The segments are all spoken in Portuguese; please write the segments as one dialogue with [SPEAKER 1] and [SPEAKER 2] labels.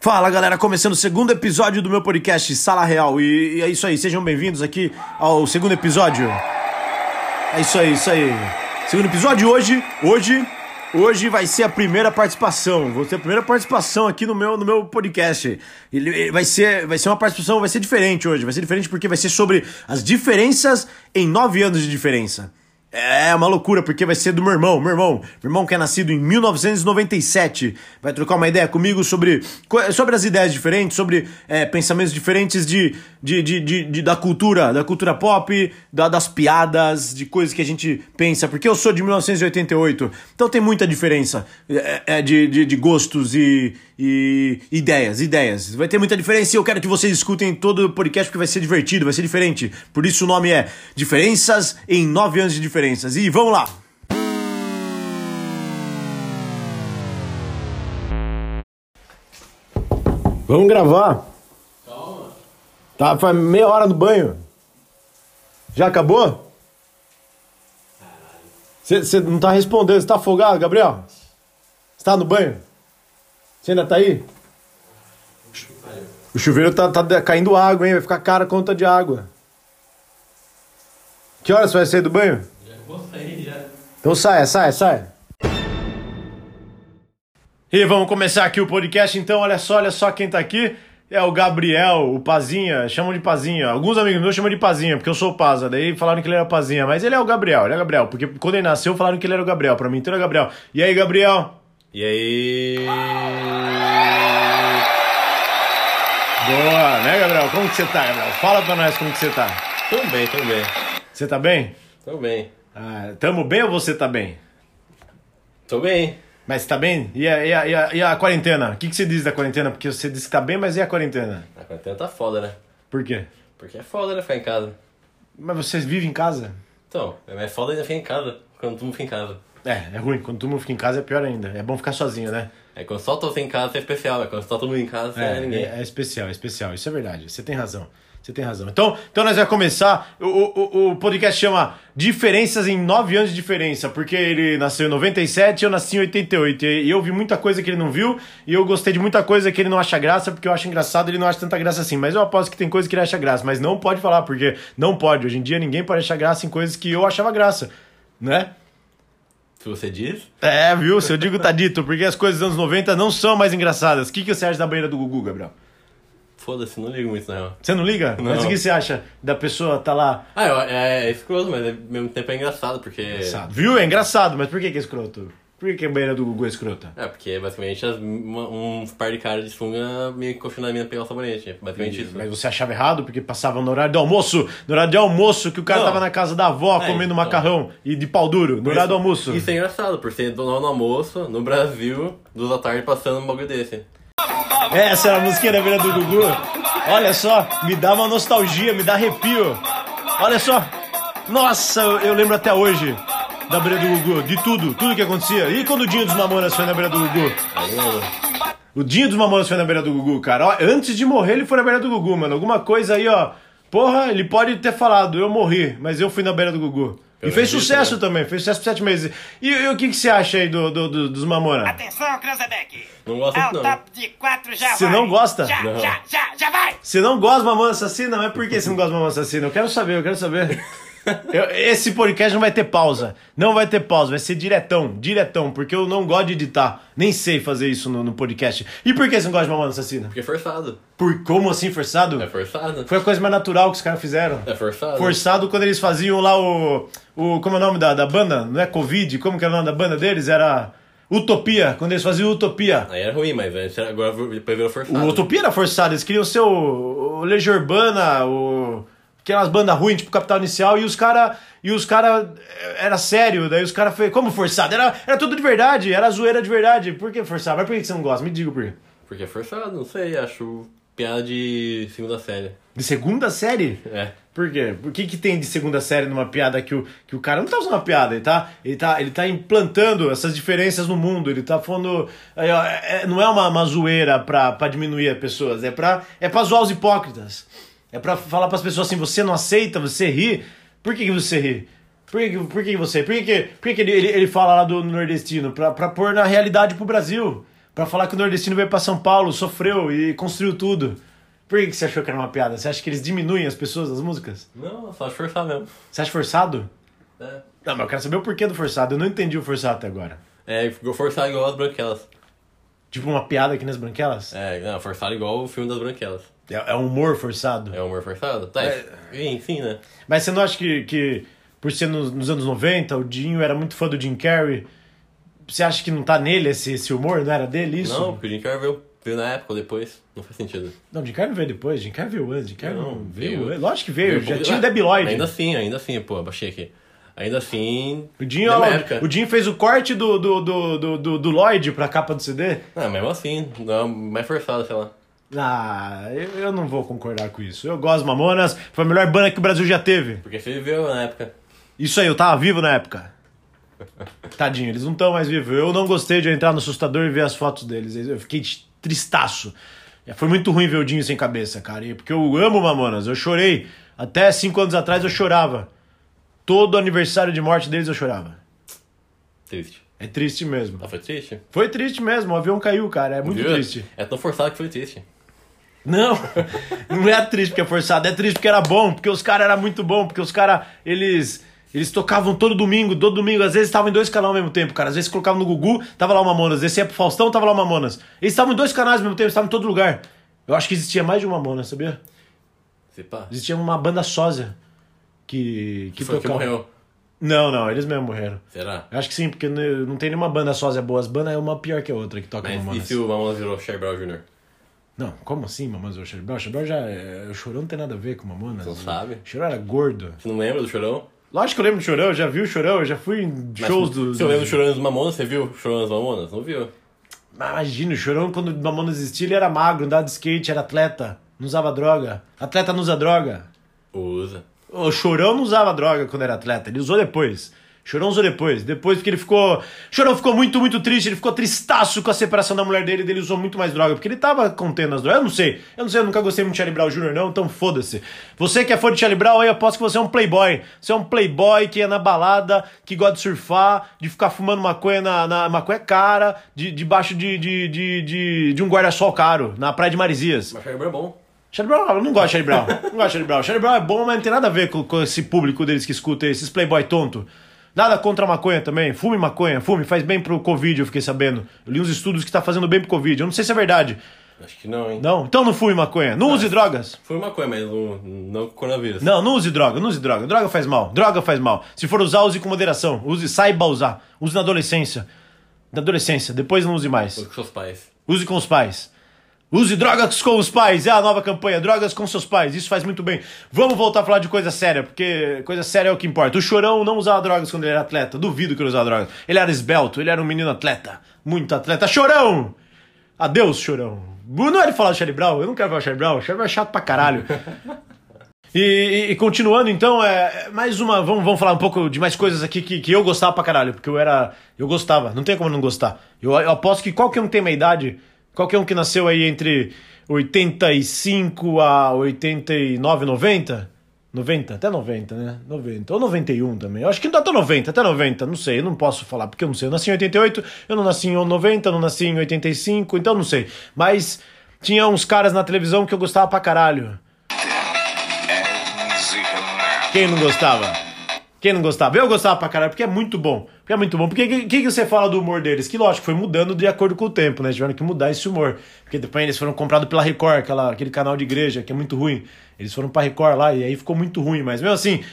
[SPEAKER 1] Fala galera, começando o segundo episódio do meu podcast Sala Real. E, e é isso aí, sejam bem-vindos aqui ao segundo episódio. É isso aí, isso aí. Segundo episódio hoje, hoje, hoje vai ser a primeira participação. Vou ter a primeira participação aqui no meu, no meu podcast. Ele, ele vai ser, vai ser uma participação, vai ser diferente hoje. Vai ser diferente porque vai ser sobre as diferenças em nove anos de diferença. É uma loucura, porque vai ser do meu irmão, meu irmão. Meu irmão que é nascido em 1997. Vai trocar uma ideia comigo sobre, co- sobre as ideias diferentes, sobre é, pensamentos diferentes de, de, de, de- de- da cultura, da cultura pop, da- das piadas, de coisas que a gente pensa. Porque eu sou de 1988, então tem muita diferença é, é, de, de, de gostos e, e ideias, ideias. Vai ter muita diferença e eu quero que vocês escutem todo o podcast porque vai ser divertido, vai ser diferente. Por isso o nome é Diferenças em 9 anos de diferenças. E vamos lá! Vamos gravar. Calma. Tá, faz meia hora no banho. Já acabou? Você não tá respondendo, você tá afogado, Gabriel? Você tá no banho? Você ainda tá aí? O chuveiro tá, tá caindo água, hein? Vai ficar cara a conta de água. Que horas você vai sair do banho?
[SPEAKER 2] Já vou sair, já.
[SPEAKER 1] Então saia, saia, saia. E vamos começar aqui o podcast, então. Olha só, olha só quem tá aqui. É o Gabriel, o Pazinha, chamam de Pazinha. Alguns amigos meus chamam de Pazinha, porque eu sou o Paza. Daí falaram que ele era Pazinha, mas ele é o Gabriel, ele é o Gabriel. Porque quando ele nasceu, falaram que ele era o Gabriel. Pra mim, então ele é o Gabriel. E aí, Gabriel?
[SPEAKER 2] E aí?
[SPEAKER 1] Boa, né, Gabriel? Como que você tá, Gabriel? Fala pra nós como que você tá.
[SPEAKER 2] Tão bem, tão bem.
[SPEAKER 1] Você tá bem?
[SPEAKER 2] Tão bem.
[SPEAKER 1] Ah, tamo bem ou você tá bem?
[SPEAKER 2] Tô bem.
[SPEAKER 1] Mas tá bem? E a, e a, e a, e a quarentena? O que, que você diz da quarentena? Porque você disse que tá bem, mas e a quarentena?
[SPEAKER 2] A quarentena tá foda, né?
[SPEAKER 1] Por quê?
[SPEAKER 2] Porque é foda, né? Ficar em casa.
[SPEAKER 1] Mas vocês vivem em casa?
[SPEAKER 2] Então, é mais foda ainda ficar em casa. Quando todo mundo fica em casa.
[SPEAKER 1] É, é ruim. Quando todo mundo fica em casa é pior ainda. É bom ficar sozinho, né?
[SPEAKER 2] É quando só tô em casa, é especial. É quando só todo mundo em casa, é, ninguém.
[SPEAKER 1] é, é especial, é especial. Isso é verdade. Você tem razão. Você tem razão. Então, então nós vamos começar. O, o, o podcast chama Diferenças em 9 anos de diferença, porque ele nasceu em 97 e eu nasci em 88. E eu vi muita coisa que ele não viu, e eu gostei de muita coisa que ele não acha graça, porque eu acho engraçado, ele não acha tanta graça assim. Mas eu aposto que tem coisa que ele acha graça, mas não pode falar, porque não pode. Hoje em dia ninguém pode achar graça em coisas que eu achava graça, né?
[SPEAKER 2] Se você diz,
[SPEAKER 1] É, viu? Se eu digo tá dito, porque as coisas dos anos 90 não são mais engraçadas. O que, que você acha da banheira do Gugu, Gabriel?
[SPEAKER 2] foda-se, não ligo muito, na real.
[SPEAKER 1] Você não liga?
[SPEAKER 2] Não.
[SPEAKER 1] Mas o que você acha da pessoa tá lá?
[SPEAKER 2] Ah, eu- é, é escroto, mas ao mesmo tempo é engraçado, porque...
[SPEAKER 1] Viu? É engraçado, mas por que, que é escroto? Por que, que a banheira do Gugu é escrota?
[SPEAKER 2] É, porque basicamente as, uma- um par de caras de sunga meio que confinam a mina pra pegar o sabonete. É basicamente isso.
[SPEAKER 1] Mas você achava errado porque passava no horário do almoço, no horário de almoço que o cara
[SPEAKER 2] Não.
[SPEAKER 1] tava na casa da avó
[SPEAKER 2] É,
[SPEAKER 1] comendo
[SPEAKER 2] então.
[SPEAKER 1] macarrão e de pau duro, no horário do almoço.
[SPEAKER 2] Isso é engraçado, por ser do no almoço, no Brasil, duas da tarde, passando um bagulho desse.
[SPEAKER 1] É, Essa era a musiquinha da beira do Gugu. Olha só, me dá uma nostalgia, me dá arrepio. Olha só. Nossa, eu eu lembro até hoje da beira do Gugu, de tudo, tudo que acontecia. E quando o Dinho dos Mamonas foi na beira do Gugu?
[SPEAKER 2] Aí, mano,
[SPEAKER 1] O Dinho dos Mamonas foi na beira do Gugu, cara. Ó, antes de morrer, ele foi na beira do Gugu, mano. Alguma coisa aí, ó. Porra, ele pode ter falado, eu morri, mas eu fui na beira do Gugu. E
[SPEAKER 2] Eu
[SPEAKER 1] fez
[SPEAKER 2] lembro disso,
[SPEAKER 1] sucesso
[SPEAKER 2] né?
[SPEAKER 1] também, fez sucesso por sete meses. E, e o que, que você acha aí do, do- do- dos Mamonas?
[SPEAKER 3] Atenção, Cranzebeck!
[SPEAKER 2] É. Não gosto
[SPEAKER 3] Ao
[SPEAKER 2] não.
[SPEAKER 3] top de quatro já
[SPEAKER 1] Você
[SPEAKER 3] vai!
[SPEAKER 1] não gosta?
[SPEAKER 3] Já,
[SPEAKER 2] Não.
[SPEAKER 3] já, já, já vai!
[SPEAKER 1] Você não gosta de Mamãe Assassina? Mas por que você não gosta de Mamãe Assassina? Eu quero saber, eu quero saber. Eu- esse podcast não vai ter pausa. Não vai ter pausa, vai ser diretão, diretão, porque eu não gosto de editar. Nem sei fazer isso no, no podcast. E por que você não gosta de Mamãe Assassina?
[SPEAKER 2] porque é forçado.
[SPEAKER 1] Por como assim forçado?
[SPEAKER 2] É forçado.
[SPEAKER 1] Foi a coisa mais natural que os caras fizeram.
[SPEAKER 2] É forçado.
[SPEAKER 1] Forçado quando eles faziam lá o. o como é o nome da, da banda? Não é Covid? Como que era o nome da banda deles? Era Utopia. Quando eles faziam Utopia.
[SPEAKER 2] Aí era ruim, mas antes era- agora vir- depois virou forçado.
[SPEAKER 1] O Utopia era forçado, eles queriam ser o, o Legião Urbana, o, aquelas bandas ruins, tipo Capital Inicial, e os cara E os cara eh, Era sério, daí os cara foi. Como forçado? Era, era tudo de verdade, era zoeira de verdade. Por que forçado? Mas por que você não gosta? Me diga por quê.
[SPEAKER 2] Porque é forçado, não sei, acho piada de segunda série.
[SPEAKER 1] De segunda série?
[SPEAKER 2] É.
[SPEAKER 1] Por quê? O que, que tem de segunda série numa piada que o, que o cara não tá usando uma piada, ele tá, ele, tá, ele tá implantando essas diferenças no mundo, ele tá falando. aí, ó, é- é- não é uma, uma zoeira pra, pra diminuir as pessoas, é pra, é pra zoar os hipócritas. É pra falar pras pessoas assim, você não aceita, você ri. Por que, que você ri? Por que, que- por que que você? Por que, que, por que que ele, ele, ele fala lá do nordestino? Pra, pra pôr na realidade pro Brasil. Pra falar que o nordestino veio pra São Paulo, sofreu e construiu tudo. Por que que você achou que era uma piada? Você acha que eles diminuem as pessoas das músicas?
[SPEAKER 2] Não, só forçar mesmo.
[SPEAKER 1] Você acha forçado?
[SPEAKER 2] É.
[SPEAKER 1] Não, mas eu quero saber o porquê do forçado. Eu não entendi o forçado até agora.
[SPEAKER 2] É, ficou forçado igual as branquelas.
[SPEAKER 1] Tipo uma piada aqui nas branquelas?
[SPEAKER 2] É, não, forçado igual o filme das branquelas.
[SPEAKER 1] É, é um humor forçado.
[SPEAKER 2] É o humor forçado? Tá, enfim, né?
[SPEAKER 1] Mas você não acha que, que por ser nos, nos anos 90, o Dinho era muito fã do Jim Carrey? Você acha que não tá nele esse, esse humor? Não era dele isso?
[SPEAKER 2] Não, porque o Jim Carrey veio, veio na época ou depois. Não faz sentido.
[SPEAKER 1] Não, Jim Carrey não veio depois. Jim Carrey veio antes. Jim Carrey não,
[SPEAKER 2] Não,
[SPEAKER 1] veio,
[SPEAKER 2] veio-
[SPEAKER 1] antes. Lógico que veio.
[SPEAKER 2] um
[SPEAKER 1] já
[SPEAKER 2] pouco-
[SPEAKER 1] tinha o
[SPEAKER 2] Ah,
[SPEAKER 1] Debiloid.
[SPEAKER 2] Ainda assim, ainda assim, pô, baixei aqui. Ainda assim.
[SPEAKER 1] O Jim, ó,
[SPEAKER 2] mesma época.
[SPEAKER 1] o Jim fez o corte do, do, do, do, do, do Lloyd pra capa do CD.
[SPEAKER 2] Ah, mesmo assim, não, mais forçado, sei lá.
[SPEAKER 1] Ah, eu, eu não vou concordar com isso. Eu gosto de Mamonas. Foi a melhor banda que o Brasil já teve.
[SPEAKER 2] Porque você viveu na época.
[SPEAKER 1] Isso aí, eu tava vivo na época. Tadinho, eles não estão mais vivos. Eu não gostei de entrar no assustador e ver as fotos deles. Eu fiquei tristaço. É, Foi muito ruim ver o Dinho sem cabeça, cara. E é Porque eu amo Mamonas. Eu chorei. Até cinco anos atrás eu chorava. Todo aniversário de morte deles eu chorava.
[SPEAKER 2] Triste.
[SPEAKER 1] É triste mesmo.
[SPEAKER 2] Ah, foi triste?
[SPEAKER 1] Foi triste mesmo. O avião caiu, cara. É muito
[SPEAKER 2] Viu?
[SPEAKER 1] triste.
[SPEAKER 2] É tão forçado que foi triste.
[SPEAKER 1] Não, não é triste porque é forçado, é triste porque era bom, porque os caras eram muito bom, porque os caras, eles. Eles tocavam todo domingo, todo domingo, às vezes estavam em dois canais ao mesmo tempo, cara. Às vezes colocavam no Gugu, tava lá o Mamonas, descia pro Faustão, tava lá o Mamonas. Eles estavam em dois canais ao mesmo tempo, estavam em todo lugar. Eu acho que existia mais de uma Mamonas, sabia?
[SPEAKER 2] Se pá.
[SPEAKER 1] Existia uma banda sósia que. que, Ah,
[SPEAKER 2] Que foi que
[SPEAKER 1] tocava.
[SPEAKER 2] morreu.
[SPEAKER 1] Não, não, eles mesmo morreram.
[SPEAKER 2] Será?
[SPEAKER 1] Eu acho que sim, porque n- não tem nenhuma banda sósia boa. As bandas é uma pior que a outra que toca
[SPEAKER 2] Mas e
[SPEAKER 1] Mamonas.
[SPEAKER 2] se o Mamonas virou Charlie Brown Jr.?
[SPEAKER 1] Não, como assim, Mamonas ou Chorão? Chorão já. é, O Chorão não tem nada a ver com Mamonas.
[SPEAKER 2] Não
[SPEAKER 1] né?
[SPEAKER 2] sabe.
[SPEAKER 1] Chorão era gordo.
[SPEAKER 2] Você não lembra do Chorão?
[SPEAKER 1] Lógico que eu lembro do Chorão, eu já vi o Chorão, eu já fui em
[SPEAKER 2] Mas
[SPEAKER 1] shows do.
[SPEAKER 2] Se eu lembro do Chorão dos Mamonas, você viu o Chorão dos Mamonas? Não viu?
[SPEAKER 1] Mas Imagina, o Chorão, quando o Mamonas existia, ele era magro, andava de skate, era atleta, não usava droga. Atleta não usa droga.
[SPEAKER 2] Usa.
[SPEAKER 1] O Chorão não usava droga quando era atleta, ele usou depois. Chorão usou depois, depois porque ele ficou. Chorão ficou muito, muito triste, ele ficou tristaço com a separação da mulher dele, dele usou muito mais droga, porque ele tava contendo as drogas. Eu não sei, eu não sei, eu nunca gostei muito de Charlie Brown Jr., não, então foda-se. Você que é fã de Charlie Brown, aí eu aposto que você é um playboy. Você é um playboy que é na balada, que gosta de surfar, de ficar fumando maconha na. na maconha é cara, de, debaixo de, de, de, de, de um guarda-sol caro, na Praia de Marizias.
[SPEAKER 2] Mas Charlie Brown é bom.
[SPEAKER 1] Charlie Brown, eu não gosto de Charlie Brown. Não gosto de Charlie Brown. Charlie Brown é bom, mas não tem nada a ver com, com esse público deles que escuta esses playboy tonto. Nada contra a maconha também. Fume maconha, fume, faz bem pro Covid, eu fiquei sabendo. Eu li uns estudos que tá fazendo bem pro Covid. Eu não sei se é verdade.
[SPEAKER 2] Acho que não, hein?
[SPEAKER 1] Não, então não fume maconha. Não use drogas.
[SPEAKER 2] Foi uma coisa, mas não, não com coronavírus.
[SPEAKER 1] Não, não use droga, não use droga. Droga faz mal, droga faz mal. Se for usar, use com moderação. Use, saiba usar. Use na adolescência. Na adolescência, depois não use mais.
[SPEAKER 2] Foi com seus pais.
[SPEAKER 1] Use com os pais. Use drogas com os pais. É a nova campanha. Drogas com seus pais. Isso faz muito bem. Vamos voltar a falar de coisa séria, porque coisa séria é o que importa. O Chorão não usava drogas quando ele era atleta. Duvido que ele usava drogas. Ele era esbelto, ele era um menino atleta. Muito atleta. Chorão! Adeus, Chorão. Não era ele falar do Charlie Brown. Eu não quero falar do Charlie Brown. O Charlie Brown é chato pra caralho. E, e- e continuando, então, é, é mais uma. Vamos, vamos falar um pouco de mais coisas aqui que, que eu gostava pra caralho, porque eu era. Eu gostava, não tem como não gostar. Eu, eu aposto que qualquer um que tem minha idade, qualquer um que nasceu aí entre 85 a 89, 90. 90, até 90, né? 90. Ou 91 também. Eu acho que até 90, até 90, não sei, eu não posso falar, porque eu não sei. Eu nasci em 88, eu não nasci em 90, eu não nasci em 85, então eu não sei. Mas tinha uns caras na televisão que eu gostava pra caralho. Quem não gostava? Quem não gostava? Eu gostava pra caralho, porque é muito bom. Porque é muito bom. Porque o que, que você fala do humor deles? Que lógico, foi mudando de acordo com o tempo, né? Eles Tiveram que mudar esse humor. Porque depois eles foram comprados pela Record, aquela, aquele canal de igreja, que é muito ruim. Eles foram pra Record lá e aí ficou muito ruim. Mas mesmo assim,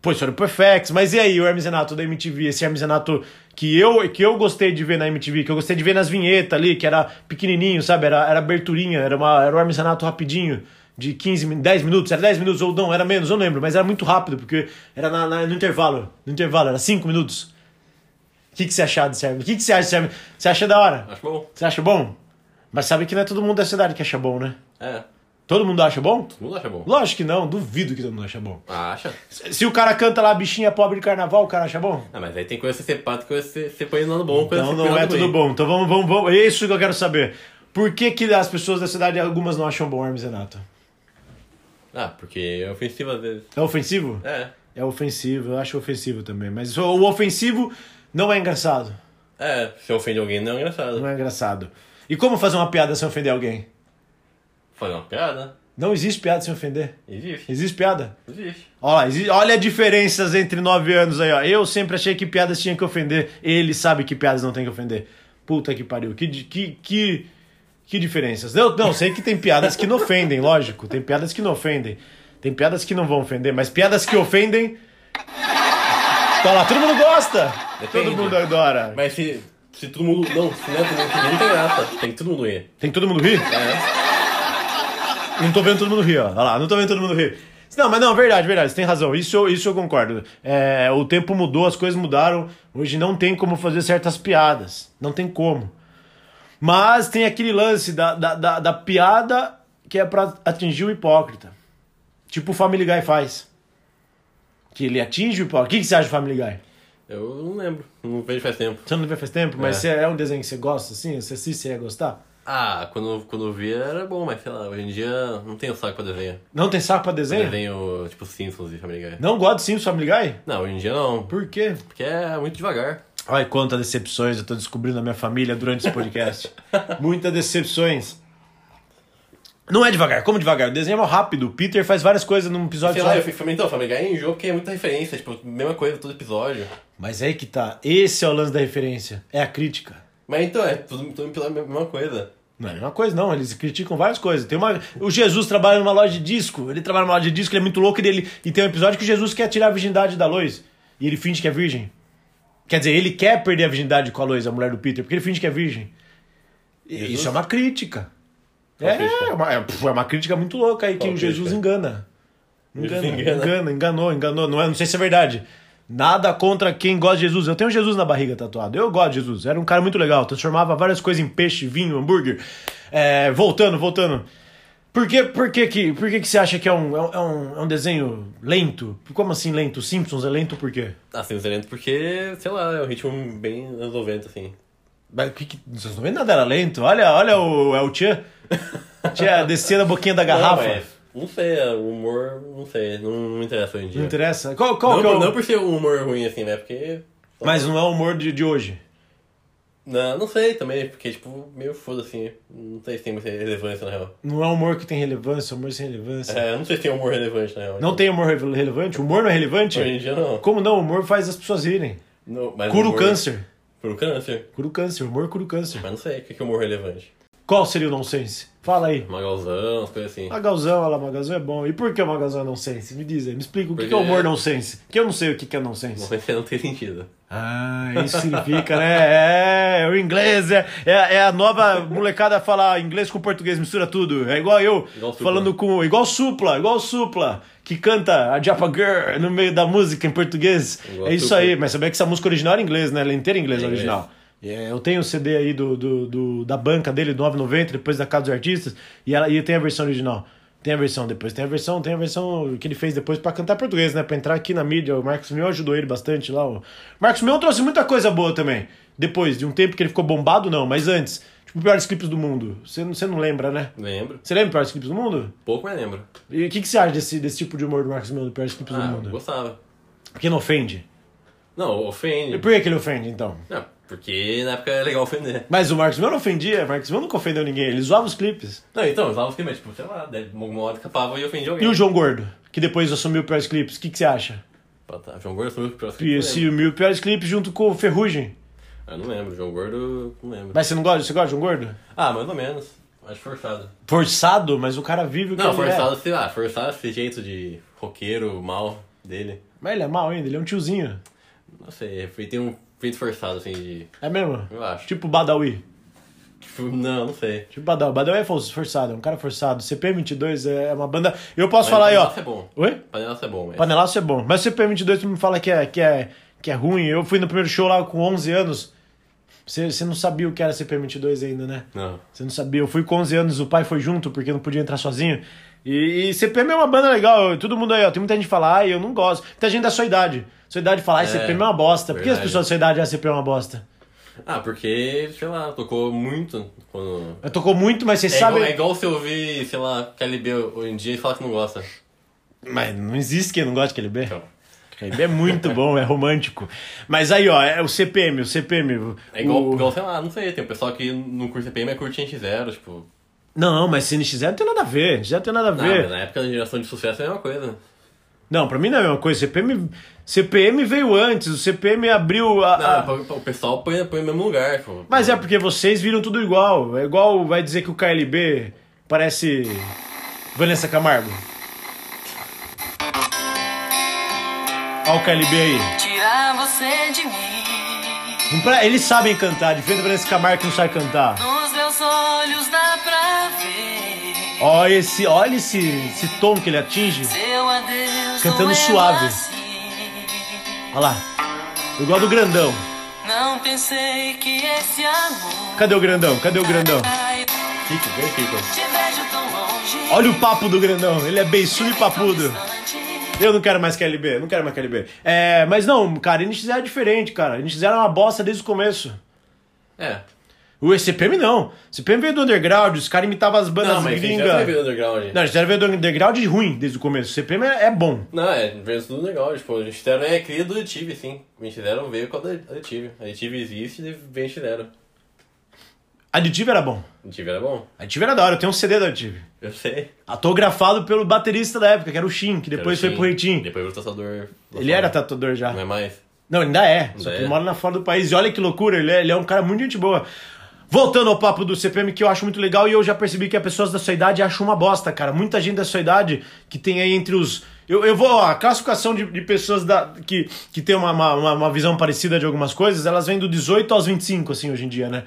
[SPEAKER 1] pô, eles foram pro FX. Mas e aí, o Hermes Renato da MTV? Esse Hermes Renato que eu, que eu gostei de ver na MTV, que eu gostei de ver nas vinhetas ali, que era pequenininho, sabe? Era, era aberturinha, era, uma, era o Hermes Renato rapidinho de 15, min- 10 minutos, era 10 minutos ou não, era menos, eu não lembro, mas era muito rápido, porque era na- na- no intervalo, no intervalo, era 5 minutos. O que, que você achava desse Hermes? O que, que você acha desse Hermes? Você acha da hora?
[SPEAKER 2] Acho bom.
[SPEAKER 1] Você acha bom? Mas sabe que não é todo mundo da cidade que acha bom, né?
[SPEAKER 2] É.
[SPEAKER 1] Todo mundo acha bom?
[SPEAKER 2] Todo mundo acha bom.
[SPEAKER 1] Lógico que não, duvido que todo mundo acha bom.
[SPEAKER 2] Ah, acha?
[SPEAKER 1] Se se o cara canta lá, bichinha pobre de carnaval, o cara acha bom?
[SPEAKER 2] Ah, mas aí tem coisa que você separa, tem coisa que você- você põe no lado bom, coisa
[SPEAKER 1] Então não
[SPEAKER 2] que você põe
[SPEAKER 1] é
[SPEAKER 2] no lado
[SPEAKER 1] tudo
[SPEAKER 2] ruim.
[SPEAKER 1] bom. Então vamos, vamos, vamos. É isso que eu quero saber. Por que, que as pessoas da cidade, algumas não acham bom Hermes e Renato?
[SPEAKER 2] Ah, porque é ofensivo às vezes.
[SPEAKER 1] É ofensivo?
[SPEAKER 2] É.
[SPEAKER 1] É ofensivo, eu acho ofensivo também. Mas o o ofensivo não é engraçado.
[SPEAKER 2] É, se ofende alguém não é engraçado.
[SPEAKER 1] Não é engraçado. E como fazer uma piada sem ofender alguém?
[SPEAKER 2] Fazer uma piada?
[SPEAKER 1] Não existe piada sem ofender.
[SPEAKER 2] Existe.
[SPEAKER 1] Existe piada?
[SPEAKER 2] Existe.
[SPEAKER 1] Ó lá, exi- Olha as diferenças entre nove anos aí, ó. Eu sempre achei que piadas tinha que ofender. Ele sabe que piadas não tem que ofender. Puta que pariu. Que, di- que, que, que diferenças. Eu não sei que tem piadas que não ofendem, lógico. Tem piadas que não ofendem. Tem piadas que não vão ofender, mas piadas que ofendem. Tá lá, todo mundo gosta.
[SPEAKER 2] Depende.
[SPEAKER 1] Todo mundo adora.
[SPEAKER 2] Mas se, se todo mundo. Não, se não é todo mundo que não tem graça. Tem que todo mundo ir.
[SPEAKER 1] Tem que todo mundo rir?
[SPEAKER 2] É.
[SPEAKER 1] Não tô vendo todo mundo rir, ó. Olha lá, não tô vendo todo mundo rir. Não, mas não, verdade, verdade, você tem razão. Isso, eu- isso eu concordo. É, o tempo mudou, as coisas mudaram. Hoje não tem como fazer certas piadas. Não tem como. Mas tem aquele lance da, da, da, da piada que é pra atingir o hipócrita. Tipo o Family Guy faz. Que ele atinge o hipócrita. O que, que você acha do Family Guy?
[SPEAKER 2] Eu não lembro. Não vejo faz tempo.
[SPEAKER 1] Você não vê faz tempo, mas
[SPEAKER 2] É.
[SPEAKER 1] você é um desenho que você gosta, assim? Você assiste, você ia gostar?
[SPEAKER 2] Ah, quando, quando eu via era bom, mas sei lá, hoje em dia não tenho saco pra desenho.
[SPEAKER 1] Não tem saco pra desenho?
[SPEAKER 2] Desenho tipo Simpsons e Family Guy.
[SPEAKER 1] Não gosto sim do Family Guy?
[SPEAKER 2] Não, hoje em dia não.
[SPEAKER 1] Por quê?
[SPEAKER 2] Porque é muito devagar.
[SPEAKER 1] Olha quantas decepções eu tô descobrindo na minha família durante esse podcast. Muitas decepções. Não é devagar, como devagar? O desenho é mó rápido. O Peter faz várias coisas num episódio
[SPEAKER 2] Sei
[SPEAKER 1] só.
[SPEAKER 2] lá, eu fico então, Family Guy é enjoo porque é muita referência, tipo, mesma coisa todo episódio.
[SPEAKER 1] Mas aí que tá. Esse é o lance da referência. É a crítica.
[SPEAKER 2] Mas então, é tudo, todo episódio é a mesma coisa.
[SPEAKER 1] Não é a mesma coisa, não. Eles criticam várias coisas. Tem uma... O Jesus trabalha numa loja de disco. Ele trabalha numa loja de disco, ele é muito louco e, ele... e tem um episódio que o Jesus quer tirar a virgindade da Lois. E ele finge que é virgem. Quer dizer, ele quer perder a virgindade com a Lois, a mulher do Peter, porque ele finge que é virgem. E-
[SPEAKER 2] Jesus?
[SPEAKER 1] Isso é uma crítica.
[SPEAKER 2] Qual
[SPEAKER 1] É,
[SPEAKER 2] crítica?
[SPEAKER 1] é uma, é, pô, é uma crítica muito louca aí que
[SPEAKER 2] Qual
[SPEAKER 1] o Jesus
[SPEAKER 2] crítica?
[SPEAKER 1] engana. Engana,
[SPEAKER 2] Jesus
[SPEAKER 1] engana,
[SPEAKER 2] engana.
[SPEAKER 1] enganou, enganou. Não, é, não sei se é verdade. Nada contra quem gosta de Jesus. Eu tenho Jesus na barriga tatuado. Eu gosto de Jesus. Era um cara muito legal. Transformava várias coisas em peixe, vinho, hambúrguer. É, voltando, voltando. Por que, por que, que, por que, que você acha que é um, é, um, é um desenho lento? Como assim lento? Os Simpsons é lento por quê?
[SPEAKER 2] Assim, não é lento porque, sei lá, é um ritmo bem anos 90, assim.
[SPEAKER 1] Mas o que que- Vocês não vê nada era lento? Olha, olha o, é o Tchan. Tchan descendo a boquinha da garrafa.
[SPEAKER 2] Não, mas não sei, é, o humor, não sei, não, não me interessa hoje em dia.
[SPEAKER 1] Não interessa? Qual, qual
[SPEAKER 2] Não,
[SPEAKER 1] que é o...
[SPEAKER 2] por- não por ser um humor ruim, assim, né? Porque.
[SPEAKER 1] Mas não é o humor de, de hoje.
[SPEAKER 2] Não, não sei também, porque, tipo, meio foda assim. Não sei se tem muita relevância, na real.
[SPEAKER 1] Não é humor que tem relevância, humor sem relevância.
[SPEAKER 2] É, eu não sei se tem humor relevante, na real. Tipo,
[SPEAKER 1] Não tem humor rele- relevante? Humor não é relevante?
[SPEAKER 2] Hoje em dia não.
[SPEAKER 1] Como não? Humor faz as pessoas rirem.
[SPEAKER 2] não mas
[SPEAKER 1] Cura o
[SPEAKER 2] humor-
[SPEAKER 1] câncer.
[SPEAKER 2] Cura o câncer.
[SPEAKER 1] Cura o câncer, humor cura o câncer.
[SPEAKER 2] Mas não sei o que que é humor relevante.
[SPEAKER 1] Qual seria o nonsense? Fala aí.
[SPEAKER 2] Magalzão, as coisas assim.
[SPEAKER 1] Magalzão, olha lá, Magalzão é bom. E por que o Magalzão é nonsense? Me diz aí, me explica o que,
[SPEAKER 2] Porque-
[SPEAKER 1] que é humor nonsense. Que eu não sei o que, que é nonsense.
[SPEAKER 2] Não sei se não tem sentido.
[SPEAKER 1] Ah, isso significa, né? É, o inglês é, é, é a nova molecada falar inglês com português, mistura tudo. É igual eu,
[SPEAKER 2] Igual Supla.
[SPEAKER 1] falando com. Igual Supla, igual Supla, que canta a Japa Girl no meio da música em português.
[SPEAKER 2] Igual
[SPEAKER 1] é isso
[SPEAKER 2] Supla.
[SPEAKER 1] aí, mas sabia que essa música original era em inglês, né? Ela é inteira em inglês
[SPEAKER 2] É inglês.
[SPEAKER 1] original. É, eu tenho o CD aí do, do, do- da banca dele, do 990, depois da Casa dos Artistas, e, ela, e tem a versão original. Tem a versão depois, tem a versão, tem a versão que ele fez depois pra cantar português, né? Pra entrar aqui na mídia. O Marcos Mion ajudou ele bastante lá. O Marcos Mion trouxe muita coisa boa também. Depois, de um tempo que ele ficou bombado, não, mas antes. Tipo, piores clipes do mundo. Você não, você não lembra, né?
[SPEAKER 2] Lembro.
[SPEAKER 1] Você lembra piores clipes do mundo?
[SPEAKER 2] Pouco, mas lembro.
[SPEAKER 1] E o que, que você acha desse, desse tipo de humor do Marcos Mion, do piores clipes do
[SPEAKER 2] Ah,
[SPEAKER 1] mundo?
[SPEAKER 2] gostava.
[SPEAKER 1] Porque não ofende.
[SPEAKER 2] Não,
[SPEAKER 1] E
[SPEAKER 2] ofende.
[SPEAKER 1] por que, que ele ofende, então?
[SPEAKER 2] Não, porque na época era legal ofender.
[SPEAKER 1] Mas o Marcos Mion não ofendia, o Marcos Mion nunca ofendeu ninguém, ele zoava os clipes.
[SPEAKER 2] Não, então, eu usava os climas, tipo, sei lá, daí uma hora escapava e ofendia
[SPEAKER 1] E
[SPEAKER 2] alguém.
[SPEAKER 1] o João Gordo, que depois assumiu o Piores Clipes, o que, que você acha?
[SPEAKER 2] Ah, tá, João Gordo assumiu o próximo.
[SPEAKER 1] E
[SPEAKER 2] eu lembro.
[SPEAKER 1] assumiu o Piores Clipes junto com o Ferrugem.
[SPEAKER 2] Ah, não lembro, João Gordo, não lembro.
[SPEAKER 1] Mas você não gosta? Você gosta de João Gordo?
[SPEAKER 2] Ah, mais ou menos. Acho forçado.
[SPEAKER 1] Forçado, mas o cara vive o que
[SPEAKER 2] Não,
[SPEAKER 1] ele
[SPEAKER 2] forçado,
[SPEAKER 1] é.
[SPEAKER 2] sei lá, forçado esse jeito de roqueiro mal dele.
[SPEAKER 1] Mas ele é mal ainda, ele é um tiozinho.
[SPEAKER 2] Não sei, ele tem um feito forçado, assim, de.
[SPEAKER 1] É mesmo?
[SPEAKER 2] Eu acho.
[SPEAKER 1] Tipo Badawi.
[SPEAKER 2] Tipo, não, não sei.
[SPEAKER 1] Tipo Badawi. Badawi é falso, forçado, é um cara forçado. CP22 é uma banda... Eu posso
[SPEAKER 2] Mas
[SPEAKER 1] falar aí, ó...
[SPEAKER 2] Panelaço é bom.
[SPEAKER 1] Oi?
[SPEAKER 2] Panelaço é bom, mas.
[SPEAKER 1] Panelaço é bom. Mas CP22 tu me fala que é, que é, que é ruim. Eu fui no primeiro show lá com 11 anos. Você você não sabia o que era CP22 ainda, né?
[SPEAKER 2] Não.
[SPEAKER 1] Você não sabia. Eu fui com 11 anos, o pai foi junto porque eu não podia entrar sozinho. E, e CPM é uma banda legal. eu- Todo mundo aí, ó. Tem muita gente que fala, ai, eu não gosto. Muita gente da sua idade. Sua idade fala, ai,
[SPEAKER 2] É,
[SPEAKER 1] CPM é uma bosta. Por que as
[SPEAKER 2] verdade.
[SPEAKER 1] pessoas da sua idade, ah, CPM é uma bosta?
[SPEAKER 2] Ah, porque, sei lá, tocou muito quando.
[SPEAKER 1] Eu tocou muito, mas vocês
[SPEAKER 2] É
[SPEAKER 1] sabem.
[SPEAKER 2] igual, é igual você ouvir, sei lá, KLB hoje em dia e falar que não gosta.
[SPEAKER 1] Mas não existe quem não gosta de KLB.
[SPEAKER 2] Então.
[SPEAKER 1] É muito bom, é romântico. Mas aí, ó, é o CPM, o CPM.
[SPEAKER 2] É igual,
[SPEAKER 1] o-
[SPEAKER 2] igual, sei lá, não sei, tem um pessoal que não curte CPM, é curte NX0, tipo...
[SPEAKER 1] Não, mas CNX0 não tem nada a ver. NX0 não tem nada a
[SPEAKER 2] Ah,
[SPEAKER 1] ver.
[SPEAKER 2] mas na época da geração de sucesso é a mesma coisa.
[SPEAKER 1] Não, pra mim não é a mesma coisa. CPM, CPM veio antes, o CPM abriu a- a.
[SPEAKER 2] Ah, o- O pessoal põe, põe no mesmo lugar, tipo...
[SPEAKER 1] Mas é porque vocês viram tudo igual. É igual vai dizer que o KLB parece Vanessa Camargo. Olha o KLB aí.
[SPEAKER 4] Tirar você de mim.
[SPEAKER 1] Não pra- Eles sabem cantar, diferente da Vanessa Camargo que não sabe cantar.
[SPEAKER 4] Nos meus olhos dá pra ver.
[SPEAKER 1] Olha esse, olha esse, esse tom que ele atinge.
[SPEAKER 4] Seu adeus.
[SPEAKER 1] Cantando
[SPEAKER 4] doeu
[SPEAKER 1] suave.
[SPEAKER 4] assim.
[SPEAKER 1] Olha lá. Igual do grandão.
[SPEAKER 4] Não pensei que esse amor.
[SPEAKER 1] Cadê o grandão? Cadê o grandão?
[SPEAKER 4] Ai,
[SPEAKER 2] Kiko, vem Kiko.
[SPEAKER 4] Te vejo tão longe.
[SPEAKER 1] Olha o papo do grandão. Ele é beiçudo e papudo.
[SPEAKER 4] Distante.
[SPEAKER 1] Eu não quero mais KLB, não quero mais KLB. É, mas não, cara, NX0 é diferente, cara. NX0 é uma bosta desde o começo.
[SPEAKER 2] É.
[SPEAKER 1] O CPM não. O CPM veio do underground, os caras imitavam as bandas
[SPEAKER 2] Não, mas tem
[SPEAKER 1] gringas.
[SPEAKER 2] já veio do underground.
[SPEAKER 1] Não, NX0 veio do underground e ruim desde o começo. O CPM é, é bom.
[SPEAKER 2] Não, é, veio tudo legal. Tipo, a gente zero é cria do Tive, sim. A gente zero veio com a da Tive. A Tive existe e vem a gente zero.
[SPEAKER 1] Aditivo era bom.
[SPEAKER 2] A Tive era bom.
[SPEAKER 1] Aditivo era da hora, eu tenho um CD da Aditivo.
[SPEAKER 2] Eu sei.
[SPEAKER 1] Autografado pelo baterista da época, que era o Shin, que depois foi
[SPEAKER 2] Era o
[SPEAKER 1] pro
[SPEAKER 2] Shin,
[SPEAKER 1] Reitinho.
[SPEAKER 2] Depois o tatuador. lá
[SPEAKER 1] Ele
[SPEAKER 2] fora.
[SPEAKER 1] era tatuador já.
[SPEAKER 2] Não é mais.
[SPEAKER 1] Não, ainda é. só que
[SPEAKER 2] é.
[SPEAKER 1] ele mora na fora do país. E olha que loucura, ele é, ele é um cara muito gente boa. Voltando ao papo do CPM, que eu acho muito legal, e eu já percebi que as pessoas da sua idade acham uma bosta, cara. Muita gente da sua idade que tem aí entre os. Eu, eu vou. Ó, a classificação de, de pessoas da, que, que tem uma, uma, uma- uma visão parecida de algumas coisas, elas vêm do 18 aos 25, assim, hoje em dia, né?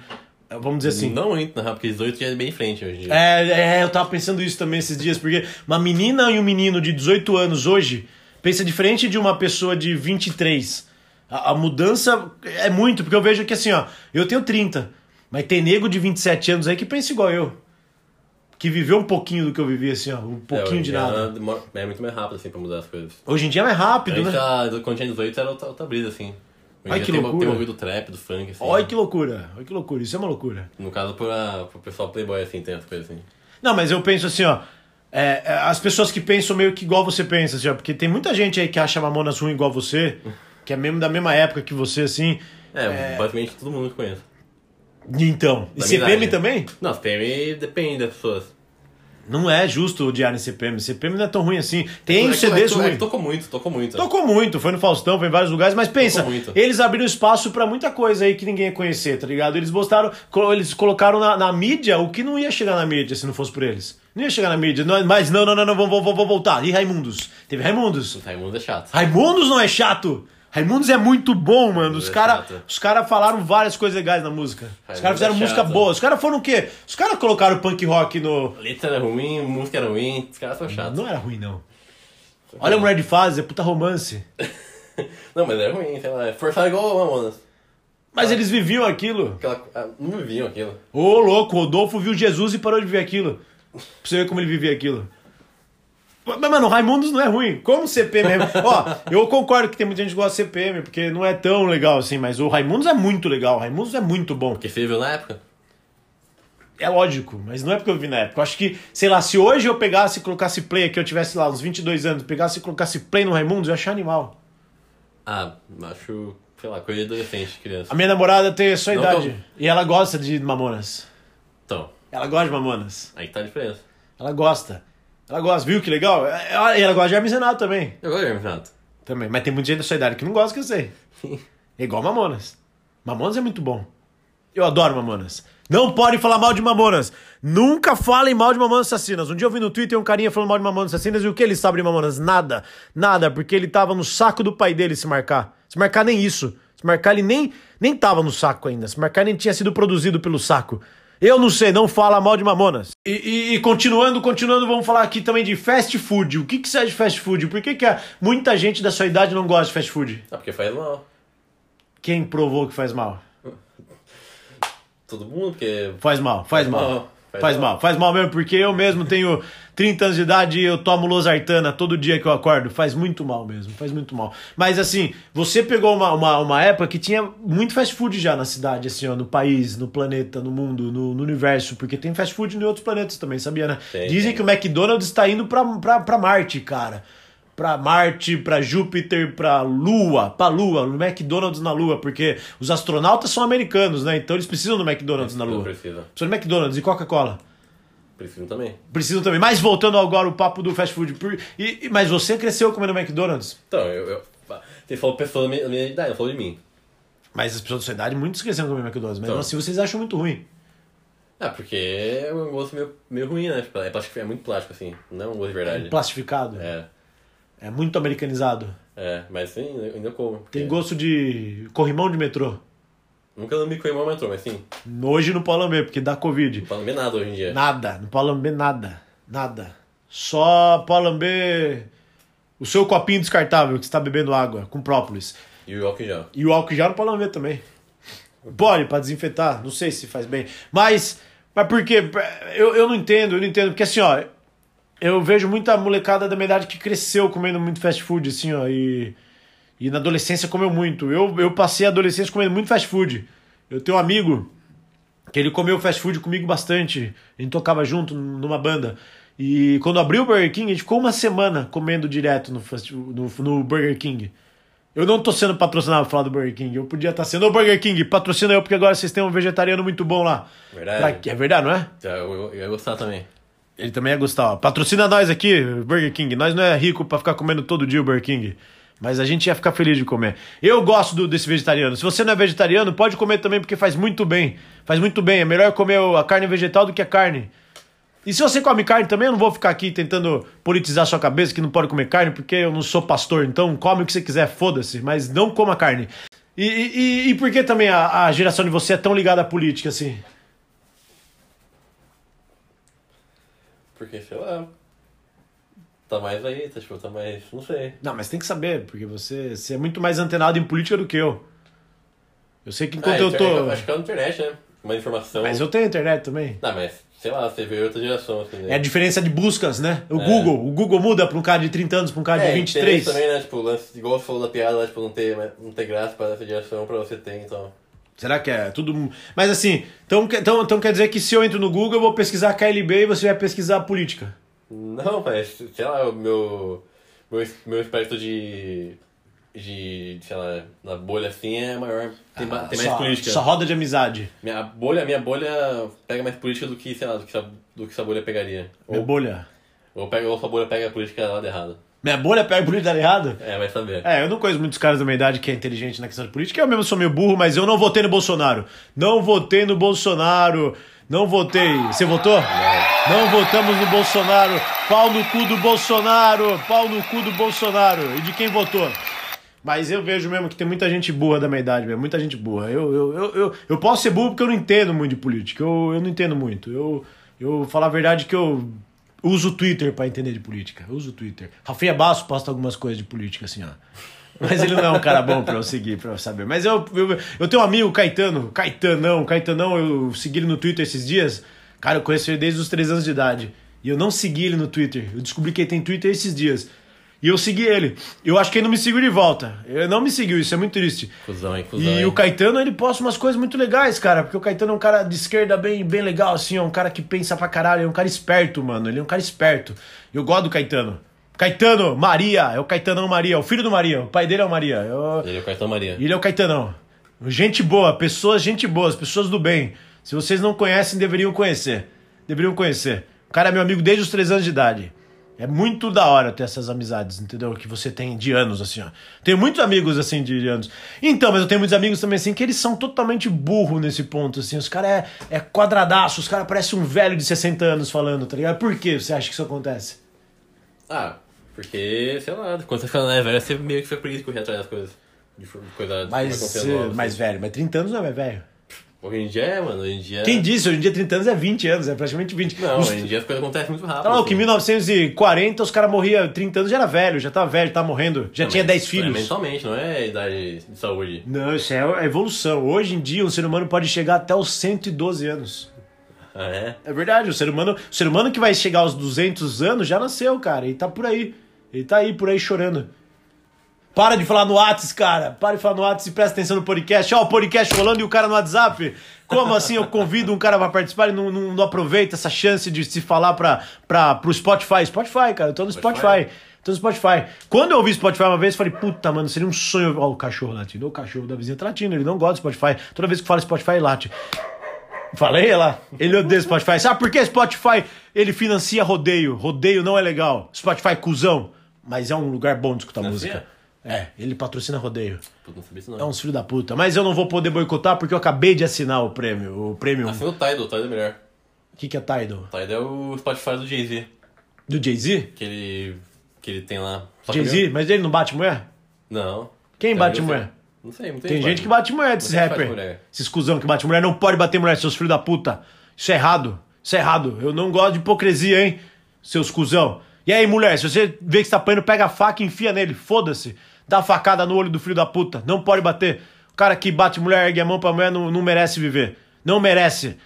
[SPEAKER 1] Vamos dizer assim.
[SPEAKER 2] Não muito, na real, porque 18 já é bem em frente hoje em dia.
[SPEAKER 1] É, é, eu tava pensando isso também esses dias, porque uma menina e um menino de 18 anos hoje pensa diferente de uma pessoa de 23. A, a mudança é muito, porque eu vejo que assim, ó, eu tenho 30, mas tem nego de 27 anos aí que pensa igual eu. Que viveu um pouquinho do que eu vivi, assim, ó, um
[SPEAKER 2] É,
[SPEAKER 1] pouquinho
[SPEAKER 2] hoje em
[SPEAKER 1] de
[SPEAKER 2] dia
[SPEAKER 1] nada.
[SPEAKER 2] demora- É muito mais rápido, assim, pra mudar as coisas.
[SPEAKER 1] Hoje em dia é mais rápido,
[SPEAKER 2] Antes,
[SPEAKER 1] né?
[SPEAKER 2] a, do- quando tinha 18, era outra, outra brisa, assim. Hoje em
[SPEAKER 1] Ai,
[SPEAKER 2] dia
[SPEAKER 1] que
[SPEAKER 2] tem,
[SPEAKER 1] loucura.
[SPEAKER 2] Tem ouvido do trap, do funk, assim.
[SPEAKER 1] Olha que loucura, olha que loucura, isso é uma loucura.
[SPEAKER 2] No caso, pra, pro pessoal playboy, assim, tem as coisas assim.
[SPEAKER 1] Não, mas eu penso assim, ó. é, é, as pessoas que pensam meio que igual você pensa, assim, ó, porque tem muita gente aí que acha Mamonas ruim igual você, que é mesmo da mesma época que você, assim.
[SPEAKER 2] É, basicamente todo mundo que conhece.
[SPEAKER 1] E Então. E
[SPEAKER 2] Da minha
[SPEAKER 1] CPM
[SPEAKER 2] idade.
[SPEAKER 1] também?
[SPEAKER 2] Não, CPM depende das pessoas.
[SPEAKER 1] Não é justo odiar em CPM. CPM não é tão ruim assim. Tem
[SPEAKER 2] É que- é
[SPEAKER 1] CDs
[SPEAKER 2] que- é que
[SPEAKER 1] ruins.
[SPEAKER 2] Tocou muito, tocou muito.
[SPEAKER 1] Tocou muito, foi no Faustão, foi em vários lugares, mas pensa,
[SPEAKER 2] Tocou muito.
[SPEAKER 1] eles abriram espaço pra muita coisa aí que ninguém ia conhecer, tá ligado? Eles botaram, colo- eles colocaram na, na mídia o que não ia chegar na mídia se não fosse por eles. Não ia chegar na mídia, não- é, mas não, não, não, não, vou, vou, vou voltar. E Raimundos? Teve Raimundos.
[SPEAKER 2] O Raimundo é chato.
[SPEAKER 1] Raimundos não é chato. Raimundos é muito bom, mano. Os
[SPEAKER 2] é
[SPEAKER 1] caras
[SPEAKER 2] chato.
[SPEAKER 1] os cara falaram várias coisas legais na música. Os
[SPEAKER 2] Raimundos
[SPEAKER 1] caras fizeram
[SPEAKER 2] é
[SPEAKER 1] música
[SPEAKER 2] chato.
[SPEAKER 1] boa. Os caras foram o quê? Os caras colocaram punk rock no.
[SPEAKER 2] A letra era ruim, a música era ruim, os caras são chatos.
[SPEAKER 1] Não é. era ruim, não. Olha a mulher de fase, é puta romance.
[SPEAKER 2] Não, mas era ruim, sei lá. Forçaram igual o Mamonas.
[SPEAKER 1] Mas eles viviam aquilo.
[SPEAKER 2] Aquela, ah, não viviam aquilo.
[SPEAKER 1] Ô, louco, Rodolfo viu Jesus e parou de ver aquilo. Pra você ver como ele vivia aquilo. Mas, mano, Raimundos não é ruim. Como CPM? é- Ó, eu concordo que tem muita gente que gosta de CPM, porque não é tão legal assim, mas o Raimundos é muito legal. O Raimundos é muito bom.
[SPEAKER 2] Porque você viu na época?
[SPEAKER 1] É lógico, mas não é porque eu vi na época. Eu acho que, sei lá, se hoje eu pegasse e colocasse play aqui, eu tivesse lá uns 22 anos, pegasse e colocasse play no Raimundos, eu ia achar animal.
[SPEAKER 2] Ah, acho, sei lá, coisa de adolescente, criança.
[SPEAKER 1] A minha namorada tem a sua
[SPEAKER 2] Não,
[SPEAKER 1] idade
[SPEAKER 2] não.
[SPEAKER 1] e ela gosta de Mamonas.
[SPEAKER 2] Então,
[SPEAKER 1] Ela gosta de Mamonas.
[SPEAKER 2] aí que tá a diferença.
[SPEAKER 1] Ela gosta. Ela gosta, viu que legal? É, E ela gosta de Hermes e Renato também.
[SPEAKER 2] Eu gosto de Hermes Renato.
[SPEAKER 1] também. Mas tem muita gente da sua idade que não gosta, que eu sei. É igual Mamonas. Mamonas é muito bom. Eu adoro Mamonas. Não pode falar mal de Mamonas. Nunca falem mal de Mamonas Assassinas. Um dia eu vi no Twitter um carinha falando mal de Mamonas Assassinas e o que ele sabe de Mamonas? Nada. Nada, porque ele tava no saco do pai dele se marcar. Se marcar nem isso. Se marcar ele nem, nem tava no saco ainda. Se marcar nem tinha sido produzido pelo saco. Eu não sei, não fala mal de Mamonas. E, e- e continuando, continuando, vamos falar aqui também de fast food. O que que você acha de fast food? Por que que a- muita gente da sua idade não gosta de fast food?
[SPEAKER 2] Ah, porque faz mal.
[SPEAKER 1] Quem provou que faz mal?
[SPEAKER 2] Todo mundo, porque...
[SPEAKER 1] Faz mal, faz mal.
[SPEAKER 2] mal,
[SPEAKER 1] Faz,
[SPEAKER 2] faz
[SPEAKER 1] mal.
[SPEAKER 2] mal.
[SPEAKER 1] faz mal mesmo, porque eu mesmo tenho 30 anos de idade e eu tomo losartana todo dia que eu acordo. Faz muito mal mesmo, faz muito mal. Mas assim, você pegou uma, uma, uma época que tinha muito fast food já na cidade, assim, ó, no país, no planeta, no mundo, no, no universo, porque tem fast food em outros planetas também, sabia, né?
[SPEAKER 2] Tem,
[SPEAKER 1] Dizem
[SPEAKER 2] tem.
[SPEAKER 1] que o McDonald's tá indo pra, pra, pra Marte, cara. pra Marte, pra Júpiter, pra Lua, pra Lua, no McDonald's na Lua, porque os astronautas são americanos, né? Então eles precisam do McDonald's na
[SPEAKER 2] Não
[SPEAKER 1] Lua.
[SPEAKER 2] precisa.
[SPEAKER 1] Precisam do McDonald's e Coca-Cola.
[SPEAKER 2] Preciso também.
[SPEAKER 1] Precisam também. Mas voltando agora o papo do fast food. por- e- e- mas você cresceu comendo McDonald's.
[SPEAKER 2] Então, eu. eu você falou pessoa da minha, da minha idade, não falou de mim.
[SPEAKER 1] Mas as pessoas da sua idade, muitos cresceram comendo McDonald's. Mas
[SPEAKER 2] Então.
[SPEAKER 1] assim, vocês acham muito ruim.
[SPEAKER 2] Ah, porque é um gosto meio, meio ruim, né? Tipo, É, plástico, é muito plástico, assim. Não é um gosto de verdade.
[SPEAKER 1] Plastificado. É,
[SPEAKER 2] É,
[SPEAKER 1] muito americanizado.
[SPEAKER 2] é. Mas sim, eu ainda como. porque
[SPEAKER 1] Tem gosto de corrimão de metrô.
[SPEAKER 2] Nunca não me comi mal metrô, mas sim.
[SPEAKER 1] Hoje não pode lamber, porque dá Covid.
[SPEAKER 2] Não falo nem nada hoje em dia.
[SPEAKER 1] Nada, não pode lamber nada. Nada. Só pode lamber o seu copinho descartável que você tá bebendo água com própolis.
[SPEAKER 2] E o álcool já.
[SPEAKER 1] E o álcool já não pode lamber também. Pode, pra desinfetar, não sei se faz bem. Mas, mas por quê? Eu, eu não entendo, eu não entendo. Porque assim, ó, eu vejo muita molecada da minha idade que cresceu comendo muito fast food, assim, ó, e, e na adolescência comeu muito. Eu, eu passei a adolescência comendo muito fast food. Eu tenho um amigo que ele comeu fast food comigo bastante. A gente tocava junto numa banda. E quando abriu o Burger King, a gente ficou uma semana comendo direto no, fast, no, no Burger King. Eu não tô sendo patrocinado pra falar do Burger King. Eu podia estar sendo. Ô, Burger King, patrocina eu, porque agora vocês têm um vegetariano muito bom lá.
[SPEAKER 2] Verdade.
[SPEAKER 1] Pra quê? É verdade, não é?
[SPEAKER 2] Já, eu, eu, eu ia gostar também.
[SPEAKER 1] Ele também ia gostar, ó. Patrocina nós aqui, Burger King. Nós não é rico pra ficar comendo todo dia o Burger King. Mas a gente ia ficar feliz de comer. Eu gosto do- desse vegetariano. Se você não é vegetariano, pode comer também, porque faz muito bem. Faz muito bem. É melhor comer a carne vegetal do que a carne. E se você come carne também, eu não vou ficar aqui tentando politizar sua cabeça que não pode comer carne, porque eu não sou pastor, então come o que você quiser, foda-se, mas não coma carne. E, e, e- e por que também a, a geração de você é tão ligada à política assim?
[SPEAKER 2] Porque, sei lá. Tá mais aí, tá, tipo, tá mais. Não sei.
[SPEAKER 1] Não, mas tem que saber, porque você, você é muito mais antenado em política do que eu. Eu sei que enquanto
[SPEAKER 2] Ah,
[SPEAKER 1] eu
[SPEAKER 2] internet,
[SPEAKER 1] tô.
[SPEAKER 2] Acho que é na internet, né? Uma informação.
[SPEAKER 1] Mas eu tenho internet também.
[SPEAKER 2] Não, mas, sei lá, você vê outra geração, assim. né?
[SPEAKER 1] É a diferença de buscas, né? O
[SPEAKER 2] É.
[SPEAKER 1] Google. O Google muda pra um cara de 30 anos pra um cara de
[SPEAKER 2] É, interesse
[SPEAKER 1] 23.
[SPEAKER 2] também, né? Tipo, o lance, igual você falou da piada, lá, tipo, não ter, não ter graça pra essa geração pra você ter, então.
[SPEAKER 1] Será que é tudo. Mas assim, então, que- então, então quer dizer que se eu entro no Google, eu vou pesquisar KLB e você vai pesquisar política.
[SPEAKER 2] Não, mas, sei lá, o meu. Meu, es- meu espectro de. de. sei lá, na bolha assim é maior. Tem, ma- tem mais
[SPEAKER 1] Ah, só,
[SPEAKER 2] política.
[SPEAKER 1] só roda de amizade.
[SPEAKER 2] Minha bolha, minha bolha pega mais política do que, sei lá, do que, essa- do que essa bolha pegaria.
[SPEAKER 1] Minha
[SPEAKER 2] Ou,
[SPEAKER 1] bolha.
[SPEAKER 2] ou, pega, ou sua bolha pega a política lá de errado.
[SPEAKER 1] Minha bolha pega a política tá errada?
[SPEAKER 2] É, vai saber.
[SPEAKER 1] É, eu não conheço muitos caras da minha idade que é inteligente na questão de política. Eu mesmo sou meio burro, mas eu não votei no Bolsonaro. Não votei no Bolsonaro. Não votei. Você votou? Não votamos no Bolsonaro. Pau no cu do Bolsonaro. Pau no cu do Bolsonaro. E de quem votou? Mas eu vejo mesmo que tem muita gente burra da minha idade, mesmo. Muita gente burra. Eu, eu, eu, eu, eu posso ser burro porque eu não entendo muito de política. Eu, eu não entendo muito. Eu, eu falar a verdade que eu uso o Twitter pra entender de política. Eu uso o Twitter. Rafinha Basso posta algumas coisas de política, assim, ó. Mas ele não é um cara bom pra eu seguir, pra eu saber. Mas eu, eu, eu tenho um amigo, Caetano, Caetanão, Caetanão, eu segui ele no Twitter esses dias. Cara, eu conheço ele desde os 3 anos de idade. E eu não segui ele no Twitter. Eu descobri que ele tem Twitter esses dias. E eu segui ele. Eu acho que ele não me seguiu de volta. Ele não me seguiu, isso é muito triste.
[SPEAKER 2] Fusão, hein? Fusão.
[SPEAKER 1] E
[SPEAKER 2] hein?
[SPEAKER 1] o Caetano, ele posta umas coisas muito legais, cara. Porque o Caetano é um cara de esquerda bem, bem legal, assim, é um cara que pensa pra caralho, é um cara esperto, mano. Ele é um cara esperto. Eu gosto do Caetano. Caetano, Maria, é o Caetanão Maria, o filho do Maria, o pai dele é o Maria. Eu-
[SPEAKER 2] Ele é o cartão Maria.
[SPEAKER 1] Ele é o Caetanão. Gente boa, pessoas, gente boa, as pessoas do bem. Se vocês não conhecem, deveriam conhecer. Deveriam conhecer. O cara é meu amigo desde os três anos de idade. É muito da hora ter essas amizades, entendeu? Que você tem de anos, assim, ó. Tenho muitos amigos, assim, de anos. Então, mas eu tenho muitos amigos também, assim, que eles são totalmente burro nesse ponto, assim. Os caras é, é quadradaço, os caras parecem um velho de 60 anos falando, tá ligado? Por que você acha que isso acontece?
[SPEAKER 2] Ah, porque, sei lá, quando você fica na velha, você meio que fica preguiça de correr atrás das coisas. De for- coisa de
[SPEAKER 1] Mas,
[SPEAKER 2] uma confiança
[SPEAKER 1] eh,
[SPEAKER 2] nova,
[SPEAKER 1] mas
[SPEAKER 2] assim.
[SPEAKER 1] velho, mas 30 anos não é velho.
[SPEAKER 2] Hoje em dia é, mano, hoje em dia.
[SPEAKER 1] Quem disse? Hoje em dia 30 anos é 20 anos, é praticamente 20.
[SPEAKER 2] Não,
[SPEAKER 1] Os-
[SPEAKER 2] hoje em dia as coisas acontecem muito rápido.
[SPEAKER 1] Tá louco, em
[SPEAKER 2] assim.
[SPEAKER 1] 1940 os caras morriam 30 anos, já era velho, já tava velho, tava morrendo, já tinha
[SPEAKER 2] Mas
[SPEAKER 1] 10
[SPEAKER 2] É
[SPEAKER 1] filhos.
[SPEAKER 2] mentalmente, não é idade de saúde.
[SPEAKER 1] Não, isso é a evolução. Hoje em dia um ser humano pode chegar até os 112 anos.
[SPEAKER 2] Ah, é?
[SPEAKER 1] É verdade, o ser humano, o ser humano que vai chegar aos 200 anos já nasceu, cara, e tá por aí. Ele tá aí por aí chorando. Para de falar no Whats, cara. Para de falar no Whats e presta atenção no podcast. Ó, o podcast rolando e o cara no WhatsApp. Como assim eu convido um cara pra participar e não, não- não aproveita essa chance de se falar pra, pra, pro Spotify? Spotify, cara, eu tô no Spotify.
[SPEAKER 2] Spotify.
[SPEAKER 1] Então Spotify. Quando eu ouvi Spotify uma vez, eu falei, puta, mano, seria um sonho. Ó, o cachorro latindo. O cachorro da vizinha tá latindo, ele não gosta do Spotify. Toda vez que fala Spotify, ele late. Falei lá. Ele odeia Spotify. Sabe por que Spotify ele financia rodeio? Rodeio não é legal. Spotify cuzão. Mas é um lugar bom de escutar
[SPEAKER 2] Financia?
[SPEAKER 1] música. É, ele patrocina rodeio.
[SPEAKER 2] Puta, não sabia isso não.
[SPEAKER 1] É uns filho da puta. Mas eu não vou poder boicotar porque eu acabei de assinar o prêmio. O prêmio.
[SPEAKER 2] Assina o Tidal, o Tidal é melhor.
[SPEAKER 1] O que, que é Tidal?
[SPEAKER 2] O Tidal é o Spotify do Jay-Z,
[SPEAKER 1] Do Jay-Z?
[SPEAKER 2] que ele, que ele tem lá. Só que
[SPEAKER 1] Jay-Z?
[SPEAKER 2] ele- é
[SPEAKER 1] Mas ele não bate mulher?
[SPEAKER 2] Não.
[SPEAKER 1] Quem
[SPEAKER 2] Cara,
[SPEAKER 1] bate
[SPEAKER 2] eu sei.
[SPEAKER 1] mulher?
[SPEAKER 2] Não sei, não tem
[SPEAKER 1] Tem gente que bate mulher desses
[SPEAKER 2] Você que bate
[SPEAKER 1] rappers.
[SPEAKER 2] mulher.
[SPEAKER 1] Esses cuzão que bate mulher. Não pode bater mulher, seus filhos da puta. Isso é errado. Isso é errado. Eu não gosto de hipocrisia, hein? Seus cuzão. E aí, mulher, se você vê que você tá apanhando, pega a faca e enfia nele. Foda-se. Dá a facada no olho do filho da puta. Não pode bater. O cara que bate mulher, ergue a mão pra mulher, não, não merece viver. Não merece.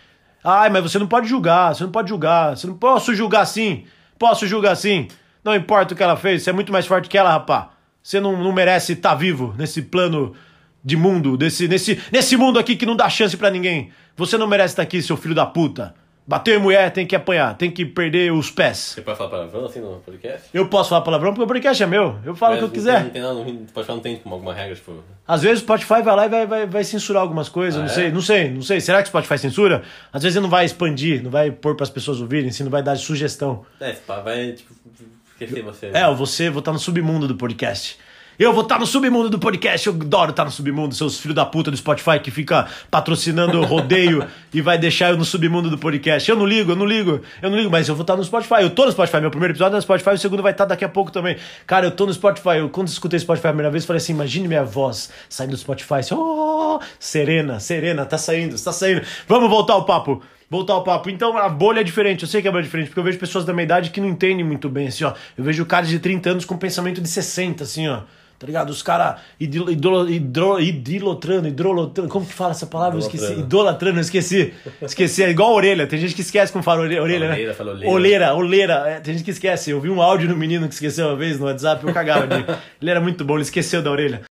[SPEAKER 1] Ai, mas você não pode julgar. Você não pode julgar. Você não posso julgar sim. Posso julgar sim. Não importa o que ela fez. Você é muito mais forte que ela, rapá. Você não, não merece estar vivo nesse plano de mundo, desse, nesse, nesse mundo aqui que não dá chance pra ninguém. Você não merece estar aqui, seu filho da puta. Bateu em mulher, tem que apanhar, tem que perder os pés.
[SPEAKER 2] Você pode falar palavrão assim no podcast?
[SPEAKER 1] Eu posso falar palavrão porque o podcast é meu. Eu falo o
[SPEAKER 2] Mas
[SPEAKER 1] que eu
[SPEAKER 2] não
[SPEAKER 1] quiser.
[SPEAKER 2] tem- Não tem nada, no Spotify não tem tipo, alguma regra, tipo...
[SPEAKER 1] Às vezes o Spotify vai lá e vai, vai, vai censurar algumas coisas,
[SPEAKER 2] Ah,
[SPEAKER 1] não
[SPEAKER 2] é?
[SPEAKER 1] sei, não sei, não sei. Será que o Spotify censura? Às vezes ele não vai expandir, não vai pôr pras pessoas ouvirem, se não vai dar sugestão.
[SPEAKER 2] É, esse pá vai, tipo, esquecer você. né?
[SPEAKER 1] É, eu vou ser, vou estar no submundo do podcast. Eu vou estar no submundo do podcast, eu adoro estar no submundo, seus filhos da puta do Spotify que fica patrocinando o rodeio e vai deixar eu no submundo do podcast. Eu não ligo, eu não ligo, eu não ligo, mas eu vou estar no Spotify. Eu tô no Spotify, meu primeiro episódio é no Spotify, o segundo vai estar daqui a pouco também. Cara, eu tô no Spotify, eu quando escutei Spotify a primeira vez, eu falei assim, imagine minha voz saindo do Spotify, assim, oh, serena, serena, tá saindo, tá saindo. Vamos voltar ao papo voltar ao papo. Então a bolha é diferente, eu sei que a bolha é diferente, porque eu vejo pessoas da minha idade que não entendem muito bem, assim, ó. Eu vejo caras de 30 anos com pensamento de 60, assim, ó. Tá ligado? Os caras idilo, idolo- idro- idolotrando, idrolotrando. Como que fala essa palavra? Eu esqueci.
[SPEAKER 2] Idolatrando.
[SPEAKER 1] Idolatrando, eu esqueci. Esqueci, é igual a orelha. Tem gente que esquece como fala orelha, orelha,
[SPEAKER 2] Oleira,
[SPEAKER 1] né?
[SPEAKER 2] fala oleira.
[SPEAKER 1] Oleira, oleira. É, tem gente que esquece. Eu vi um áudio do menino que esqueceu uma vez no WhatsApp, eu cagava de. Ele era muito bom, ele esqueceu da orelha.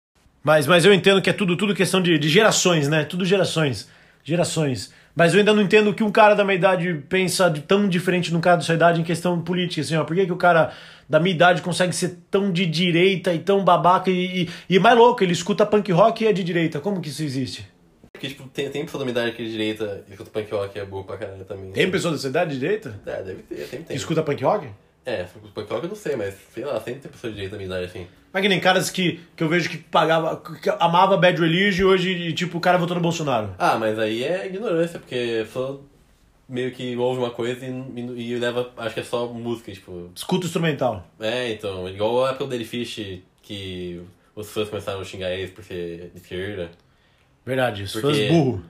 [SPEAKER 1] Mas, mas eu entendo que é tudo, tudo questão de, de gerações, né? Tudo gerações. Gerações. Mas eu ainda não entendo o que um cara da minha idade pensa de tão diferente de um cara da sua idade em questão política, assim, ó. Por que, que o cara da minha idade consegue ser tão de direita e tão babaca e, e, e mais louco, ele escuta punk rock e é de direita. Como que isso existe?
[SPEAKER 2] Porque, tipo, tem, tem pessoa da minha idade que é de direita e escuta punk rock é burro pra caralho também.
[SPEAKER 1] Tem pessoa da sua idade de direita
[SPEAKER 2] É, deve ter, sempre
[SPEAKER 1] que
[SPEAKER 2] tem.
[SPEAKER 1] escuta punk rock?
[SPEAKER 2] É, sobre o punk rock eu não sei, mas sei lá, sempre tem pessoa de direita da minha idade assim.
[SPEAKER 1] Mas é que nem caras que, que eu vejo que pagava, que amava Bad Religion e hoje, tipo, o cara votou no Bolsonaro.
[SPEAKER 2] Ah, mas aí é ignorância, porque a pessoa meio que ouve uma coisa e, e, e leva, acho que é só música, tipo.
[SPEAKER 1] Escuta instrumental.
[SPEAKER 2] É, então, igual a época do Daily Fish, que os fãs começaram a xingar eles por ser de esquerda.
[SPEAKER 1] Verdade, os fãs
[SPEAKER 2] Porque-
[SPEAKER 1] burro.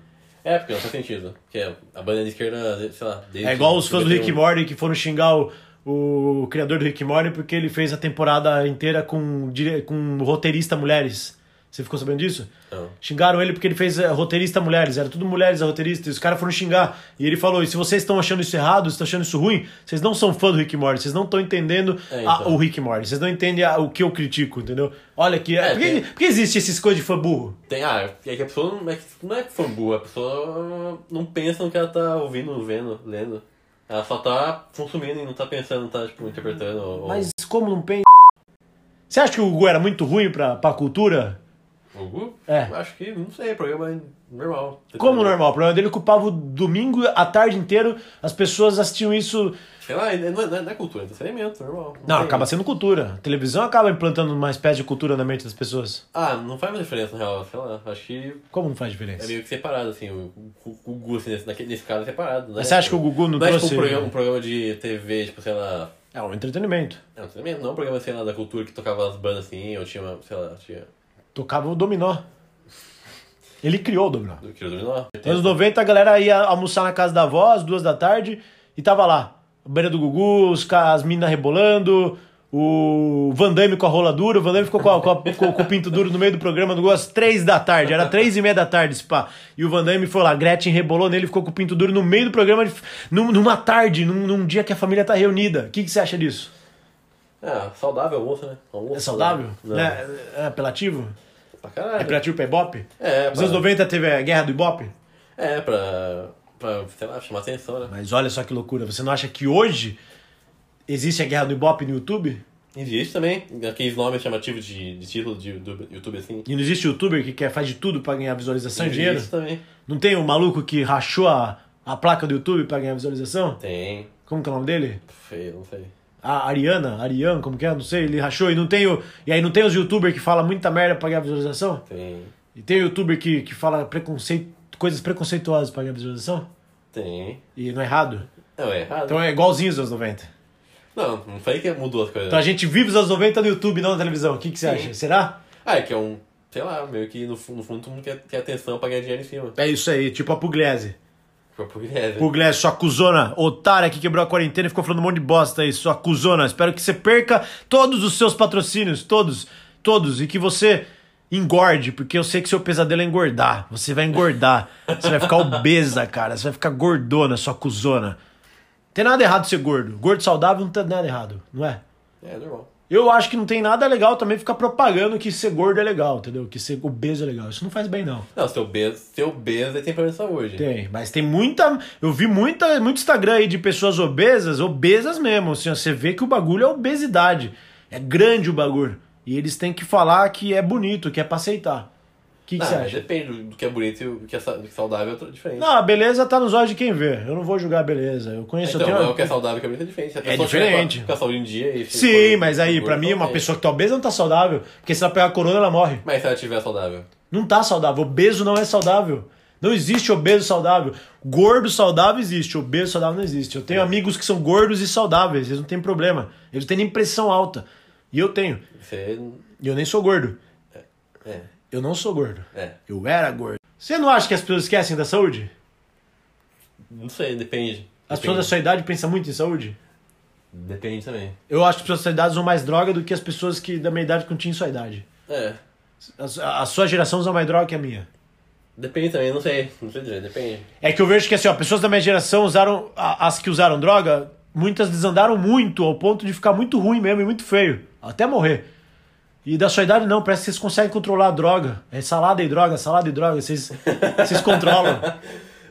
[SPEAKER 2] É, porque não faz sentido. Porque a banda é de esquerda, sei lá, desde
[SPEAKER 1] É igual os fãs do Rick
[SPEAKER 2] 91.
[SPEAKER 1] Morty que foram xingar o, o criador do Rick Morty porque ele fez a temporada inteira com, dire- com roteirista mulheres. Você ficou sabendo disso?
[SPEAKER 2] Não.
[SPEAKER 1] Xingaram ele porque ele fez eh, roteirista mulheres, era tudo mulheres a roteirista, e os caras foram xingar. E ele falou: e se vocês estão achando isso errado, vocês estão achando isso ruim, vocês não são fã do Rick Morty, vocês não estão entendendo a-
[SPEAKER 2] É, então.
[SPEAKER 1] o Rick Morty, vocês não entendem a- o que eu critico, entendeu? Olha que.
[SPEAKER 2] É,
[SPEAKER 1] por, que
[SPEAKER 2] tem-
[SPEAKER 1] por que existe essas coisas de fã burro?
[SPEAKER 2] Tem, ah, é que a pessoa não é, que- não é que fã burra, a pessoa não pensa no que ela tá ouvindo, vendo, lendo. Ela só tá consumindo e não tá pensando, não tá, tipo, interpretando. Ou,
[SPEAKER 1] Mas como não pensa. Você acha que o Hugo era muito ruim pra, pra cultura?
[SPEAKER 2] ou, Gugu?
[SPEAKER 1] É.
[SPEAKER 2] Acho que, não sei, programa normal.
[SPEAKER 1] Como normal? O programa dele ocupava o domingo, a tarde inteiro, as pessoas assistiam isso.
[SPEAKER 2] Sei lá, não é, não é- não é cultura, é entretenimento, normal.
[SPEAKER 1] Não,
[SPEAKER 2] tem-
[SPEAKER 1] acaba sendo cultura. A televisão acaba implantando uma espécie de cultura na mente das pessoas.
[SPEAKER 2] Ah, não faz mais diferença, na real, sei lá. Acho que
[SPEAKER 1] Como não faz
[SPEAKER 2] é
[SPEAKER 1] diferença?
[SPEAKER 2] meio que separado, assim, o, o, o Gugu, assim, nesse, naquele- nesse caso é separado, né?
[SPEAKER 1] Mas você acha que o Gugu não
[SPEAKER 2] Não é tipo
[SPEAKER 1] trouxe-
[SPEAKER 2] um programa, um programa de TV, tipo, sei lá,
[SPEAKER 1] É um entretenimento.
[SPEAKER 2] Não, também não é um programa, sei lá, da cultura que tocava as bandas assim, ou tinha, uma, sei lá, tinha
[SPEAKER 1] Tocava o dominó. Ele criou o dominó.
[SPEAKER 2] do Kiro Dominó.
[SPEAKER 1] Nos anos 90 a galera ia almoçar na casa da avó às duas da tarde e tava lá. A beira do Gugu, os, ca- as minas rebolando, o Van Damme com a rola dura, o Van Damme ficou com, a- com a- com- com o pinto duro no meio do programa do Gugu às três da tarde, era três e meia da tarde, esse pá. E o Van Damme foi lá, a Gretchen rebolou nele, ficou com o pinto duro no meio do programa, de- num- numa tarde, num, num dia que a família tá reunida. O que, que você acha disso?
[SPEAKER 2] Ah, saudável almoço, né? Almoço,
[SPEAKER 1] É saudável?
[SPEAKER 2] Não.
[SPEAKER 1] Né? É, apelativo?
[SPEAKER 2] Pra
[SPEAKER 1] É
[SPEAKER 2] caralho.
[SPEAKER 1] apelativo pra Ibope?
[SPEAKER 2] É,
[SPEAKER 1] Nos anos
[SPEAKER 2] pra,
[SPEAKER 1] 90 teve a guerra do Ibope?
[SPEAKER 2] é pra, pra, sei lá, chamar atenção, né?
[SPEAKER 1] Mas olha só que loucura, você não acha que hoje existe a guerra do Ibope no YouTube?
[SPEAKER 2] Existe também aqueles nomes chamativos de, de título de, do YouTube assim.
[SPEAKER 1] E não existe youtuber que quer, faz de tudo pra ganhar visualização e dinheiro?
[SPEAKER 2] Existe também.
[SPEAKER 1] Não tem um maluco que rachou a, a placa do YouTube pra ganhar visualização?
[SPEAKER 2] Tem.
[SPEAKER 1] Como que é o nome dele?
[SPEAKER 2] Feio, não sei.
[SPEAKER 1] A Ariana, Ariane, como que é? Não sei, ele rachou e não tem o. E aí não tem os youtubers que falam muita merda pra ganhar visualização?
[SPEAKER 2] Tem.
[SPEAKER 1] E tem youtuber que, que fala preconceito, coisas preconceituosas pra ganhar visualização?
[SPEAKER 2] Tem.
[SPEAKER 1] E não é errado?
[SPEAKER 2] Não, é errado.
[SPEAKER 1] Então é igualzinho os anos 90.
[SPEAKER 2] Não, não falei que mudou as coisas.
[SPEAKER 1] Então a gente vive os anos 90 no YouTube, não na televisão. O que, que você
[SPEAKER 2] Sim.
[SPEAKER 1] acha? Será?
[SPEAKER 2] Ah, é que é um. Sei lá, meio que no, fu- no fundo todo mundo quer, quer atenção pra ganhar dinheiro em cima.
[SPEAKER 1] É isso aí, tipo a Pugliese.
[SPEAKER 2] Tipo, porque é, né?
[SPEAKER 1] Pugliese, sua cuzona, otária que quebrou a quarentena e ficou falando um monte de bosta aí, sua cuzona. Espero que você perca todos os seus patrocínios, todos, todos, e que você engorde, porque eu sei que seu pesadelo é engordar. Você vai engordar, você vai ficar obesa, cara, você vai ficar gordona, sua cuzona. Tem nada errado ser gordo. Gordo saudável não tem nada errado, não é?
[SPEAKER 2] é normal.
[SPEAKER 1] Eu acho que não tem nada legal também ficar propagando que ser gordo é legal, entendeu? Que ser obeso é legal. Isso não faz bem, não.
[SPEAKER 2] Não, seu obeso, seu obeso aí tem problema de saúde.
[SPEAKER 1] Tem, mas tem muita. Eu vi muita, muito Instagram aí de pessoas obesas, obesas mesmo. Assim, ó, você vê que o bagulho é obesidade. É grande o bagulho. E eles têm que falar que é bonito, que é pra aceitar. O que, que
[SPEAKER 2] Ah,
[SPEAKER 1] você
[SPEAKER 2] mas
[SPEAKER 1] acha?
[SPEAKER 2] depende do- do que é bonito e o que é, sa- do que é saudável é outra- diferente.
[SPEAKER 1] Não, a beleza tá nos olhos de quem vê. Eu não vou julgar a beleza. Eu conheço
[SPEAKER 2] Então,
[SPEAKER 1] eu
[SPEAKER 2] não,
[SPEAKER 1] tenho-
[SPEAKER 2] o que é saudável e o que é bonito é diferente. Se a
[SPEAKER 1] É
[SPEAKER 2] pessoa tiver
[SPEAKER 1] diferente.
[SPEAKER 2] Com a, com a saúde em dia e fica-
[SPEAKER 1] Sim, mas aí,
[SPEAKER 2] fica
[SPEAKER 1] pra
[SPEAKER 2] gorda,
[SPEAKER 1] mim, uma
[SPEAKER 2] ok.
[SPEAKER 1] pessoa que tá obesa não tá saudável. Porque se ela pegar a corona, ela morre.
[SPEAKER 2] Mas se ela tiver saudável?
[SPEAKER 1] Não tá saudável. Obeso não é saudável. Não existe obeso saudável. Gordo saudável existe, obeso saudável não existe. Eu tenho amigos que são gordos e saudáveis, eles não têm problema. Eles têm nem pressão alta. E eu tenho.
[SPEAKER 2] Você.
[SPEAKER 1] E eu nem sou gordo.
[SPEAKER 2] É.
[SPEAKER 1] Eu não sou gordo.
[SPEAKER 2] É.
[SPEAKER 1] Eu era gordo. Você não acha que as pessoas esquecem da saúde?
[SPEAKER 2] Não sei, depende.
[SPEAKER 1] As pessoas da
[SPEAKER 2] depende.
[SPEAKER 1] sua idade pensam muito em saúde?
[SPEAKER 2] Depende também.
[SPEAKER 1] Eu acho que as pessoas da sua idade usam mais droga do que as pessoas que da minha idade que não tinham sua idade.
[SPEAKER 2] É.
[SPEAKER 1] A, a sua geração usa mais droga que a minha.
[SPEAKER 2] Depende também, não sei. Não sei dizer, depende.
[SPEAKER 1] É que eu vejo que assim, ó, pessoas da minha geração usaram. a- As que usaram droga, muitas desandaram muito, ao ponto de ficar muito ruim mesmo e muito feio. Até morrer. E da sua idade não, parece que vocês conseguem controlar a droga. É salada e droga, salada e droga, vocês, vocês controlam.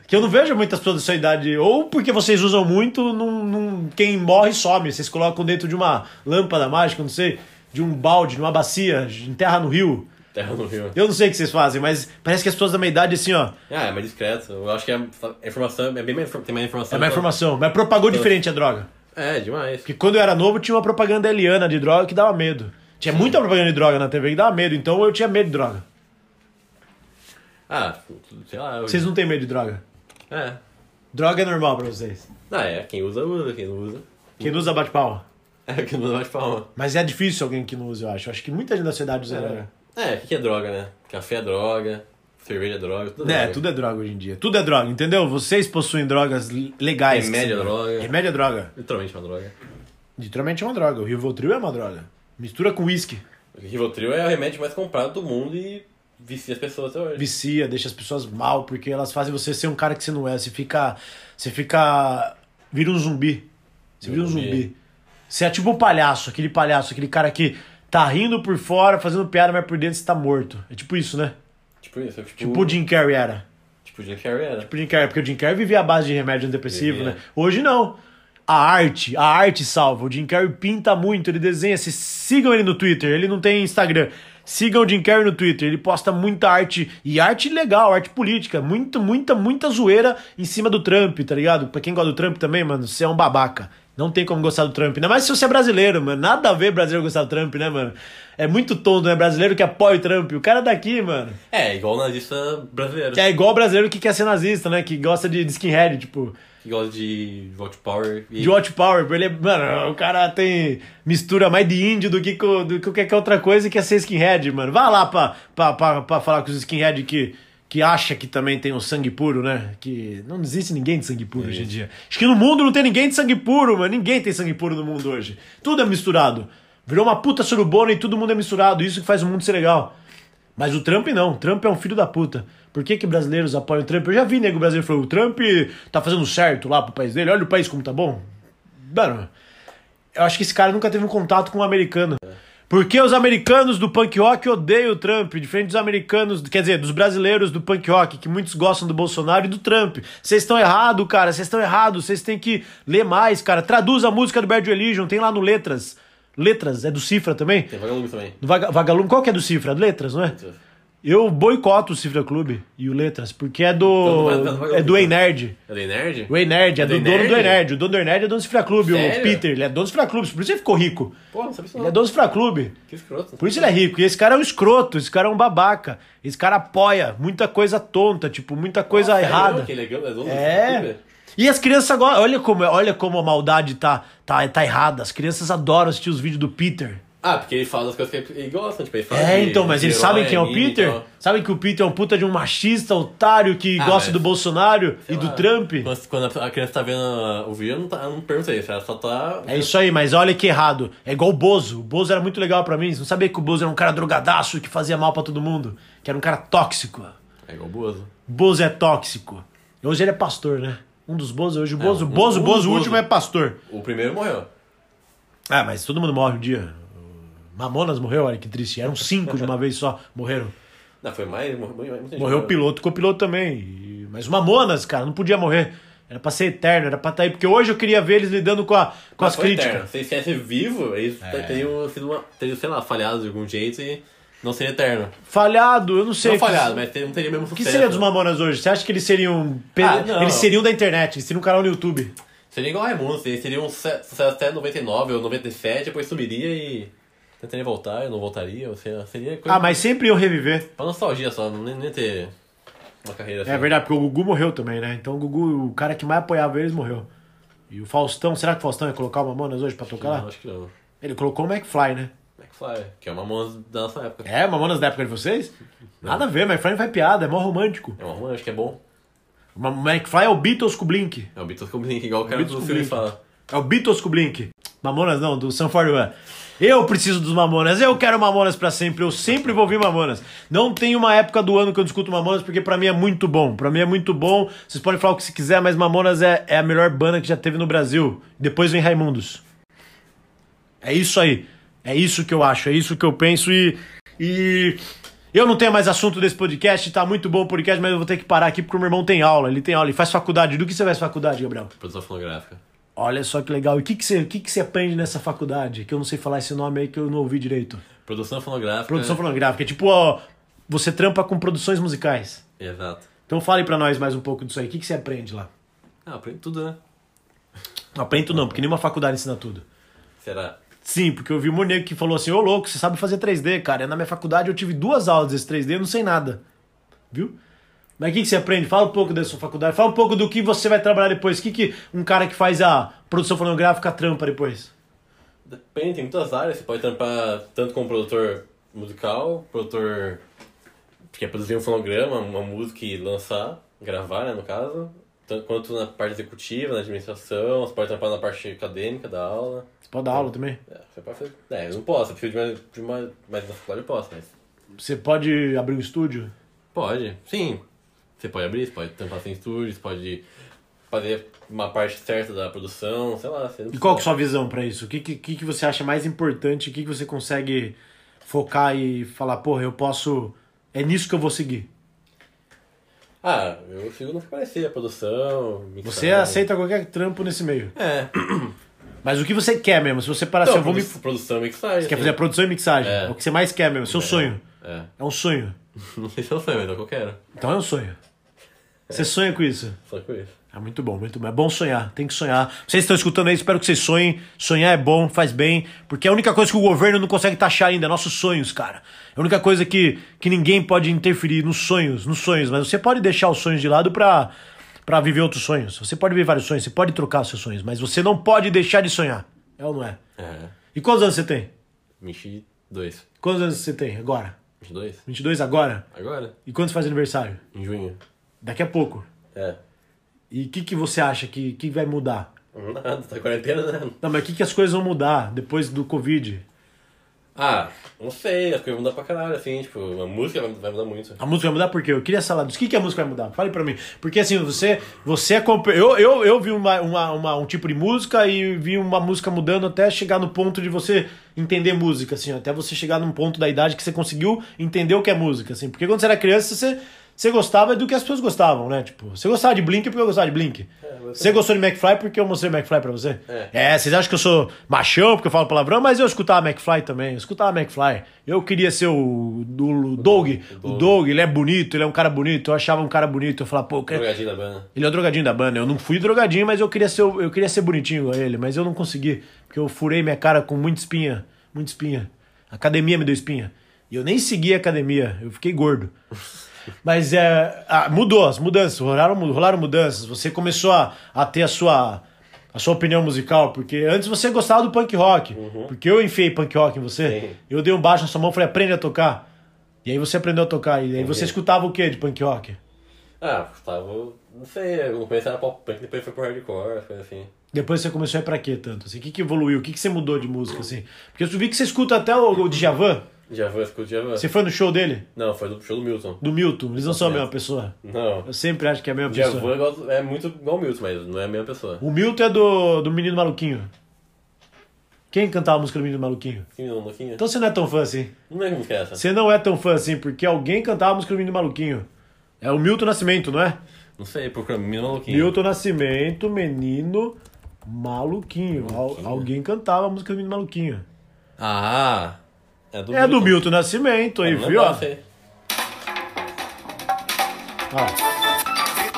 [SPEAKER 1] Que eu não vejo muitas pessoas da sua idade. Ou porque vocês usam muito, não, não- quem morre some. Vocês colocam dentro de uma lâmpada mágica, não sei, de um balde, de uma bacia, enterra no rio.
[SPEAKER 2] Terra no Rio.
[SPEAKER 1] Eu não sei o que vocês fazem, mas parece que as pessoas da minha idade, assim, ó,
[SPEAKER 2] Ah, é mais discreto. Eu acho que a a informação é bem mais, tem mais informação.
[SPEAKER 1] É uma informação, mas propagou diferente a droga.
[SPEAKER 2] É, demais.
[SPEAKER 1] Porque quando eu era novo tinha uma propaganda eliana de droga que dava medo. Tinha muita propaganda de droga na TV que dava medo, então eu tinha medo de droga.
[SPEAKER 2] Ah, sei lá. eu-
[SPEAKER 1] Vocês não têm medo de droga.
[SPEAKER 2] É.
[SPEAKER 1] Droga é normal pra vocês.
[SPEAKER 2] Ah, é. Quem usa, usa. Quem não usa.
[SPEAKER 1] Quem não usa bate palma.
[SPEAKER 2] É, quem não usa bate palma.
[SPEAKER 1] Mas é difícil alguém que não usa, eu acho. Eu acho que muita gente da sociedade usa droga.
[SPEAKER 2] É, o que que é droga, né? Café é droga, cerveja é droga, tudo
[SPEAKER 1] É,
[SPEAKER 2] droga.
[SPEAKER 1] tudo é droga hoje em dia. Tudo é droga, entendeu? Vocês possuem drogas l- legais.
[SPEAKER 2] Remédio
[SPEAKER 1] que
[SPEAKER 2] é
[SPEAKER 1] se-
[SPEAKER 2] droga.
[SPEAKER 1] Remédio é droga.
[SPEAKER 2] Literalmente uma droga.
[SPEAKER 1] Literalmente é uma droga. O Rivotril é uma droga. Mistura com uísque.
[SPEAKER 2] O Rivotril é o remédio mais comprado do mundo e vicia as pessoas até hoje.
[SPEAKER 1] vicia, deixa as pessoas mal, porque elas fazem você ser um cara que você não é. Você fica. Você fica. Vira um zumbi. Você vira um
[SPEAKER 2] Zumbi.
[SPEAKER 1] zumbi. Você é tipo um palhaço, aquele palhaço, aquele cara que tá rindo por fora, fazendo piada, mas por dentro você tá morto. É tipo isso, né?
[SPEAKER 2] Tipo isso, é tipo...
[SPEAKER 1] Tipo o Jim Carrey era.
[SPEAKER 2] Tipo Jim Carrey era.
[SPEAKER 1] Tipo o Jim Carrey, porque o Jim Carrey vivia à base de remédio antidepressivo,
[SPEAKER 2] Vivia.
[SPEAKER 1] né? Hoje não. A arte, a arte salva. O Jim Carrey pinta muito, ele desenha. Se sigam ele no Twitter, ele não tem Instagram. Sigam o Jim Carrey no Twitter, ele posta muita arte. E arte legal, arte política. Muito, muita, muita zoeira em cima do Trump, tá ligado? Pra quem gosta do Trump também, mano, você é um babaca. Não tem como gostar do Trump. Ainda mais se você é brasileiro, mano. Nada a ver brasileiro gostar do Trump, né, mano? É muito tonto, né? Brasileiro que apoia o Trump. O cara daqui, mano.
[SPEAKER 2] É, igual o nazista brasileiro.
[SPEAKER 1] Que é igual o brasileiro que quer ser nazista, né? Que gosta de, de skinhead, tipo,
[SPEAKER 2] Que gosta de Watch Power e...
[SPEAKER 1] de watch power. Ele é, mano, o cara tem mistura mais de índio do que, co- do que qualquer outra coisa e quer ser skinhead, mano. Vá lá pra, pra, pra, pra falar com os skinhead que, que acha que também tem o sangue puro, né? Que não existe ninguém de sangue puro hoje em dia. Acho que no mundo não tem ninguém de sangue puro, mano. Ninguém tem sangue puro no mundo hoje. Tudo é misturado. Virou uma puta surubona e todo mundo é misturado. Isso que faz o mundo ser legal. Mas o Trump não, o Trump é um filho da puta. Por que, que brasileiros apoiam o Trump? Eu já vi nego brasileiro falando, o Trump tá fazendo certo lá pro país dele, olha o país como tá bom. Mano, eu acho que esse cara nunca teve um contato com um americano. Por que os americanos do punk rock odeiam o Trump, diferente dos americanos, quer dizer, dos brasileiros do punk rock, que muitos gostam do Bolsonaro e do Trump. Vocês estão errado, cara, vocês estão errado, vocês têm que ler mais, cara. Traduz a música do Bad Religion, tem lá no Letras. Letras é do Cifra também?
[SPEAKER 2] Tem vagalume também.
[SPEAKER 1] Do Vaga- Vagalume, qual que é do Cifra? Letras, não é? Eu boicoto o Cifra Clube e o Letras, porque é
[SPEAKER 2] Então não
[SPEAKER 1] do.
[SPEAKER 2] vai- não vai-
[SPEAKER 1] é do Einerd.
[SPEAKER 2] É da Nerd?
[SPEAKER 1] O Einerd é,
[SPEAKER 2] É
[SPEAKER 1] do
[SPEAKER 2] do
[SPEAKER 1] dono do
[SPEAKER 2] Einerd?
[SPEAKER 1] Einerd. O dono do Einerd é dono do Cifra Clube, o
[SPEAKER 2] Sério?
[SPEAKER 1] Peter. Ele é dono do Cifra Clube, por isso ele ficou rico.
[SPEAKER 2] Pô, não sabia isso não.
[SPEAKER 1] Ele é dono do Cifra Clube.
[SPEAKER 2] Que escroto.
[SPEAKER 1] Por isso ele é rico. E esse cara é um escroto, esse cara é um babaca. Esse cara apoia muita coisa tonta, tipo, muita coisa
[SPEAKER 2] Ah, Sério,
[SPEAKER 1] errada.
[SPEAKER 2] Que legal, é dono do
[SPEAKER 1] É.
[SPEAKER 2] YouTube?
[SPEAKER 1] E as crianças agora, olha como, olha como a maldade tá, tá, tá errada. As crianças adoram assistir os vídeos do Peter.
[SPEAKER 2] Ah, porque ele fala das coisas que ele gosta, tipo, ele fala.
[SPEAKER 1] É,
[SPEAKER 2] de-
[SPEAKER 1] então, mas
[SPEAKER 2] de
[SPEAKER 1] eles
[SPEAKER 2] herói,
[SPEAKER 1] sabem quem é o
[SPEAKER 2] anime e
[SPEAKER 1] Peter?
[SPEAKER 2] tal.
[SPEAKER 1] Sabem que o Peter é um puta de um machista, otário, que
[SPEAKER 2] Ah,
[SPEAKER 1] gosta
[SPEAKER 2] mas-
[SPEAKER 1] do Bolsonaro e
[SPEAKER 2] Sei
[SPEAKER 1] do
[SPEAKER 2] lá.
[SPEAKER 1] Trump?
[SPEAKER 2] Quando, quando a criança tá vendo ah, o vídeo, não, tá, não pergunta isso, ela só tá.
[SPEAKER 1] É isso aí, mas olha que errado. É igual o Bozo. O Bozo era muito legal pra mim. Não sabia que o Bozo era um cara drogadaço que fazia mal pra todo mundo. Que era um cara tóxico.
[SPEAKER 2] É igual o Bozo.
[SPEAKER 1] Bozo é tóxico. Hoje ele é pastor, né? Um dos Bozo hoje. O Bozo,
[SPEAKER 2] um-
[SPEAKER 1] Bozo,
[SPEAKER 2] um dos
[SPEAKER 1] Bozo, o
[SPEAKER 2] Bozo.
[SPEAKER 1] último é pastor.
[SPEAKER 2] O primeiro morreu.
[SPEAKER 1] Ah, mas todo mundo morre um dia. O Mamonas morreu, olha que triste. Eram cinco de uma vez só, morreram.
[SPEAKER 2] Não, foi mais. Morreu, muita
[SPEAKER 1] Morreu
[SPEAKER 2] gente
[SPEAKER 1] o
[SPEAKER 2] morreu.
[SPEAKER 1] piloto, copiloto também. E- Mas o Mamonas, cara, não podia morrer. Era pra ser eterno, era pra estar aí. Porque hoje eu queria ver eles lidando com, a, com
[SPEAKER 2] Mas
[SPEAKER 1] as
[SPEAKER 2] foi
[SPEAKER 1] críticas. É.
[SPEAKER 2] eterno. Se ele estivesse vivo, eles teriam um- sido uma. teriam, sei lá, falhado de algum jeito e não seria eterno.
[SPEAKER 1] Falhado, eu não sei.
[SPEAKER 2] não falhado,
[SPEAKER 1] que,
[SPEAKER 2] mas teria- não teria mesmo
[SPEAKER 1] O
[SPEAKER 2] sucesso. né?
[SPEAKER 1] que seria dos Mamonas hoje? Você acha que eles seriam. pe-
[SPEAKER 2] Ah, não.
[SPEAKER 1] eles seriam da internet, eles seriam um canal no YouTube.
[SPEAKER 2] Seria igual a Raimundo, seria, seria um suce- sucesso até 99 ou 97, depois sumiria e. Tentaria voltar, eu não voltaria, ou seja, seria coisa.
[SPEAKER 1] Ah, mas sempre iam reviver.
[SPEAKER 2] Pra nostalgia só, não nem, nem ter uma carreira assim.
[SPEAKER 1] É verdade, porque o Gugu morreu também, né? Então o Gugu, o cara que mais apoiava eles, morreu. E o Faustão, será que o Faustão ia colocar o Mamonas hoje pra tocar
[SPEAKER 2] Não,
[SPEAKER 1] lá?
[SPEAKER 2] acho que não.
[SPEAKER 1] Ele colocou o McFly, né?
[SPEAKER 2] McFly, que é uma mão da nossa época.
[SPEAKER 1] É, Mamonas da época de vocês? Nada a ver, McFly não faz piada, é mó romântico.
[SPEAKER 2] É uma romântica, acho que é bom.
[SPEAKER 1] O McFly é o Beatles com o Blink.
[SPEAKER 2] É o Beatles com Blink, igual o cara
[SPEAKER 1] Beatles
[SPEAKER 2] do
[SPEAKER 1] com
[SPEAKER 2] filme
[SPEAKER 1] Blink.
[SPEAKER 2] fala.
[SPEAKER 1] É o Beatles com o Blink. Mamonas não, do Sun 41. Eu preciso dos Mamonas, eu quero Mamonas pra sempre, eu sempre vou ouvir Mamonas. Não tem uma época do ano que eu discuto Mamonas, porque pra mim é muito bom. Pra mim é muito bom, vocês podem falar o que se quiser, mas Mamonas é, é a melhor banda que já teve no Brasil. Depois vem Raimundos. É isso aí. É isso que eu acho, é isso que eu penso e. E. Eu não tenho mais assunto desse podcast, tá muito bom o podcast, mas eu vou ter que parar aqui porque o meu irmão tem aula. Ele tem aula, ele faz faculdade. Do que você faz faculdade, Gabriel?
[SPEAKER 2] Produção fonográfica.
[SPEAKER 1] Olha só que legal. E o que, que, você, o que, que você aprende nessa faculdade? Que eu não sei falar esse nome aí que eu não ouvi direito.
[SPEAKER 2] Produção fonográfica.
[SPEAKER 1] Produção fonográfica. É tipo, ó, você trampa com produções musicais.
[SPEAKER 2] Exato.
[SPEAKER 1] Então fale pra nós mais um pouco disso aí. O que, que você aprende lá?
[SPEAKER 2] Ah, aprende tudo, né?
[SPEAKER 1] Não aprendo não, porque nenhuma faculdade ensina tudo.
[SPEAKER 2] Será?
[SPEAKER 1] Sim, porque eu vi um monte de nego que falou assim, ô louco, você sabe fazer 3D, cara. Na minha faculdade eu tive duas aulas desse 3D, eu não sei nada. Viu? Mas o que, que você aprende? Fala um pouco da sua faculdade, fala um pouco do que você vai trabalhar depois. O que, que um cara que faz a produção fonográfica trampa depois?
[SPEAKER 2] Depende, tem muitas áreas. Você pode trampar tanto como produtor musical, produtor que é produzir um fonograma, uma música e lançar, gravar, né, no caso. Tanto quanto na parte executiva, na administração, você pode trampar na parte acadêmica da aula.
[SPEAKER 1] Você pode dar aula também.
[SPEAKER 2] É, você pode fazer. É, eu não posso, eu preciso de mais. De mais mas na faculdade eu posso, mas.
[SPEAKER 1] Você pode abrir um estúdio?
[SPEAKER 2] Pode, sim. Você pode abrir, você pode tampar sem estúdios, pode fazer uma parte certa da produção, sei lá. Você não
[SPEAKER 1] E qual que é a
[SPEAKER 2] precisa.
[SPEAKER 1] sua visão pra isso? O que, que, que que você acha mais importante? O que, que você consegue focar e falar, porra, eu posso. É nisso que eu vou seguir?
[SPEAKER 2] Ah, eu sigo no que parecer, a produção, mixagem.
[SPEAKER 1] Você é assim, aceita qualquer trampo nesse meio.
[SPEAKER 2] É.
[SPEAKER 1] Mas o que você quer mesmo? Se você parar
[SPEAKER 2] Então,
[SPEAKER 1] assim, eu vou me. Você
[SPEAKER 2] produ- produção,
[SPEAKER 1] quer
[SPEAKER 2] mixagem. sim.
[SPEAKER 1] fazer a produção e mixagem? É.
[SPEAKER 2] É.
[SPEAKER 1] o que você mais quer mesmo? Seu sonho.
[SPEAKER 2] É.
[SPEAKER 1] É um sonho.
[SPEAKER 2] Não sei se eu sei, mas é o que eu quero.
[SPEAKER 1] Então é um sonho. Você sonha com isso?
[SPEAKER 2] Só com isso.
[SPEAKER 1] É muito bom, muito bom. É bom sonhar, tem que sonhar. Vocês estão escutando aí, espero que vocês sonhem. Sonhar é bom, faz bem, porque é a única coisa que o governo não consegue taxar ainda, é nossos sonhos, cara. É a única coisa que, que ninguém pode interferir nos sonhos, nos sonhos, mas você pode deixar os sonhos de lado pra, pra viver outros sonhos. Você pode viver vários sonhos, você pode trocar os seus sonhos, mas você não pode deixar de sonhar. É ou não é?
[SPEAKER 2] É.
[SPEAKER 1] E quantos anos você tem?
[SPEAKER 2] 22.
[SPEAKER 1] Quantos anos você tem agora?
[SPEAKER 2] 22?
[SPEAKER 1] 22 agora?
[SPEAKER 2] Agora?
[SPEAKER 1] E quando você faz aniversário?
[SPEAKER 2] Em junho.
[SPEAKER 1] Daqui a pouco.
[SPEAKER 2] É.
[SPEAKER 1] E o que, que você acha que, que vai mudar?
[SPEAKER 2] Nada, tá quarentena, né?
[SPEAKER 1] Não, mas o que, que as coisas vão mudar depois do Covid?
[SPEAKER 2] Ah, não sei, as coisas vão mudar pra caralho, assim, tipo, a música vai- vai mudar muito.
[SPEAKER 1] A música vai mudar por quê? Eu queria falar disso. O que, que a música vai mudar? Fale pra mim. Porque assim, você, você é. comp- Eu, eu, eu vi uma, uma, uma- um tipo de música e vi uma música mudando até chegar no ponto de você entender música, assim, até você chegar num ponto da idade que você conseguiu entender o que é música, assim. Porque quando você era criança, você. Você gostava do que as pessoas gostavam, né? Tipo, você gostava de Blink porque eu gostava de Blink. Você gostou de McFly porque eu mostrei McFly pra você.
[SPEAKER 2] É.
[SPEAKER 1] vocês acham que eu sou machão porque eu falo palavrão, mas eu escutava McFly também. Eu escutava McFly. Eu queria ser o, do, o Doug. O Doug, ele é bonito, ele é um cara bonito. Eu achava um cara bonito. Eu falava, pô, eu quero-
[SPEAKER 2] Drogadinho da banda.
[SPEAKER 1] ele é o drogadinho da banda. Eu não fui drogadinho, mas eu queria ser, eu queria ser bonitinho igual ele, mas eu não consegui. Porque eu furei minha cara com muita espinha. Muita espinha. A academia me deu espinha. E eu nem segui a academia. Eu fiquei gordo. Mas é. ah, mudou as mudanças. Rolaram, mu- rolaram mudanças. Você começou a, a ter a sua. A sua opinião musical, porque antes você gostava do punk rock. Porque eu enfiei punk rock em você.
[SPEAKER 2] Sim.
[SPEAKER 1] Eu dei um baixo na sua mão e falei, aprende a tocar. E aí você aprendeu a tocar. E aí você escutava o que de punk rock?
[SPEAKER 2] Ah, tava. Não sei, eu comecei a pop punk, depois foi pro hardcore, coisa assim.
[SPEAKER 1] Depois você começou a ir pra quê tanto? Assim, o que, que evoluiu? O que, que você mudou de música, assim? Porque eu vi que você escuta até o, o Djavan.
[SPEAKER 2] Javan, escuta Javan.
[SPEAKER 1] Você foi no show dele?
[SPEAKER 2] Não, foi do show do Milton.
[SPEAKER 1] Do Milton. Eles não são a mesma pessoa.
[SPEAKER 2] Não.
[SPEAKER 1] Eu sempre acho que é a mesma pessoa.
[SPEAKER 2] Javan eu gosto- é muito igual o Milton, mas não é a mesma pessoa.
[SPEAKER 1] O Milton é do, do Menino Maluquinho. Quem cantava a música do Menino Maluquinho?
[SPEAKER 2] Que menino um louquinho?
[SPEAKER 1] Então você não é tão fã assim.
[SPEAKER 2] Não lembro como que é essa.
[SPEAKER 1] Você não é tão fã assim, porque alguém cantava a música do Menino Maluquinho. É o Milton Nascimento, não é?
[SPEAKER 2] Não sei, procura menino louquinho.
[SPEAKER 1] Milton Nascimento, Menino Maluquinho. Al- alguém cantava a música do Menino Maluquinho.
[SPEAKER 2] Ah! É do
[SPEAKER 1] É do Milton Nascimento aí,
[SPEAKER 2] Não
[SPEAKER 1] viu?
[SPEAKER 2] lembrava, sei.
[SPEAKER 1] Ó.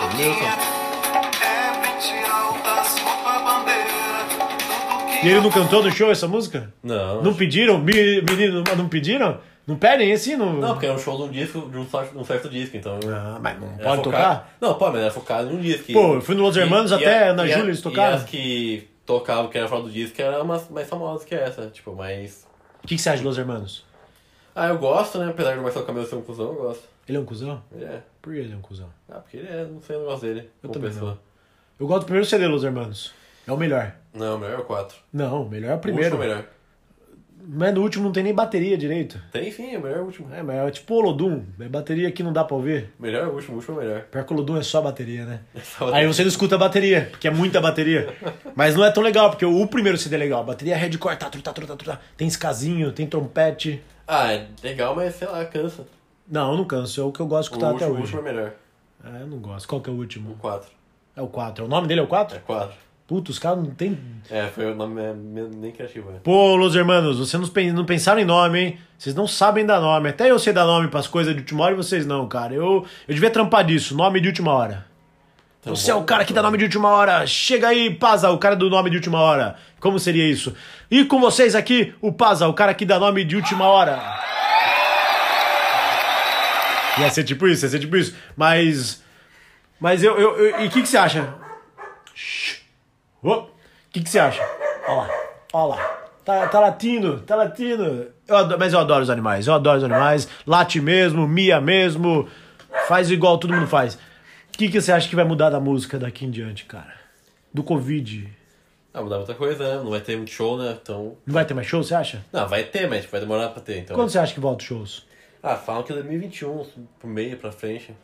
[SPEAKER 1] E ele não cantou no show essa música?
[SPEAKER 2] Não.
[SPEAKER 1] Não pediram? Me- Menino, não pediram? Não pedem assim? Não,
[SPEAKER 2] Não, porque é um show de um disco, de um certo, de um certo disco, então.
[SPEAKER 1] Ah, mas não
[SPEAKER 2] Era
[SPEAKER 1] pode
[SPEAKER 2] focado-
[SPEAKER 1] tocar?
[SPEAKER 2] Não, pode, mas era focado em um disco.
[SPEAKER 1] Pô, eu fui no Los Hermanos até na Júlia eles tocaram.
[SPEAKER 2] E as que tocavam, que era fora do disco, era umas mais famosas que essa, tipo, mais.
[SPEAKER 1] O que, que você acha de Los Hermanos?
[SPEAKER 2] Ah, eu gosto, né? Apesar do Marcelo Camelo ser um cuzão, eu gosto.
[SPEAKER 1] Ele é um cuzão?
[SPEAKER 2] Ele é.
[SPEAKER 1] Por que ele é um cuzão?
[SPEAKER 2] Ah, porque ele é, não sei, eu não gosto dele.
[SPEAKER 1] Eu
[SPEAKER 2] como
[SPEAKER 1] também
[SPEAKER 2] pessoa.
[SPEAKER 1] Eu gosto do primeiro CD Los Hermanos. É o melhor.
[SPEAKER 2] Não, o melhor é o 4.
[SPEAKER 1] Não, o melhor é o
[SPEAKER 2] O
[SPEAKER 1] primeiro.
[SPEAKER 2] último é o melhor.
[SPEAKER 1] Mas no último não tem nem bateria direito.
[SPEAKER 2] Tem sim, o melhor é o último.
[SPEAKER 1] É, mas é tipo o Olodum. É bateria que não dá pra ouvir.
[SPEAKER 2] O melhor é o último, o último é o melhor.
[SPEAKER 1] Pior que o Olodum é só bateria, né?
[SPEAKER 2] só bateria.
[SPEAKER 1] Aí você não escuta a bateria, porque é muita bateria. Mas não é tão legal, porque o primeiro CD é legal. A bateria é hardcore, tá, tá, tá, tá, tá. Tem escasinho, tem trompete.
[SPEAKER 2] Ah, é legal, mas sei lá, cansa.
[SPEAKER 1] Não, eu não canso. É o que eu gosto de
[SPEAKER 2] O
[SPEAKER 1] escutar até
[SPEAKER 2] último, o
[SPEAKER 1] hoje.
[SPEAKER 2] último é o melhor.
[SPEAKER 1] Ah, eu não gosto. Qual que é o último?
[SPEAKER 2] O 4.
[SPEAKER 1] É o 4. O nome dele é o 4?
[SPEAKER 2] É 4.
[SPEAKER 1] Puta, os caras não tem...
[SPEAKER 2] É, foi o nome é, nem criativo, né?
[SPEAKER 1] Pô, Los Hermanos, vocês não, pen- não pensaram em nome, hein? Vocês não sabem dar nome. Até eu sei dar nome pras coisas de última hora e vocês não, cara. Eu, eu devia trampar disso, nome de última hora. Você é o cara que dá nome de última hora. Chega aí, Paza, o cara do nome de última hora. Como seria isso? E com vocês aqui, o Paza, o cara que dá nome de última hora. Ia ser tipo isso, ia ser tipo isso. Mas. Mas eu. eu, eu- e o que, que você acha? O que, que você acha? Olha lá, olha lá. Tá, tá latindo, tá latindo. Eu adoro- mas eu adoro os animais, eu adoro os animais. Late mesmo, mia mesmo. Faz igual todo mundo faz. O que, que você acha que vai mudar da música daqui em diante, cara? Do Covid.
[SPEAKER 2] Ah, mudar muita coisa, né? Não vai ter muito show, né? Então.
[SPEAKER 1] Não vai ter mais show, você acha?
[SPEAKER 2] Não, vai ter, mas tipo, vai demorar pra ter, então.
[SPEAKER 1] Quando você acha que volta os shows?
[SPEAKER 2] Ah, falam que é 2021, pro meio, pra frente.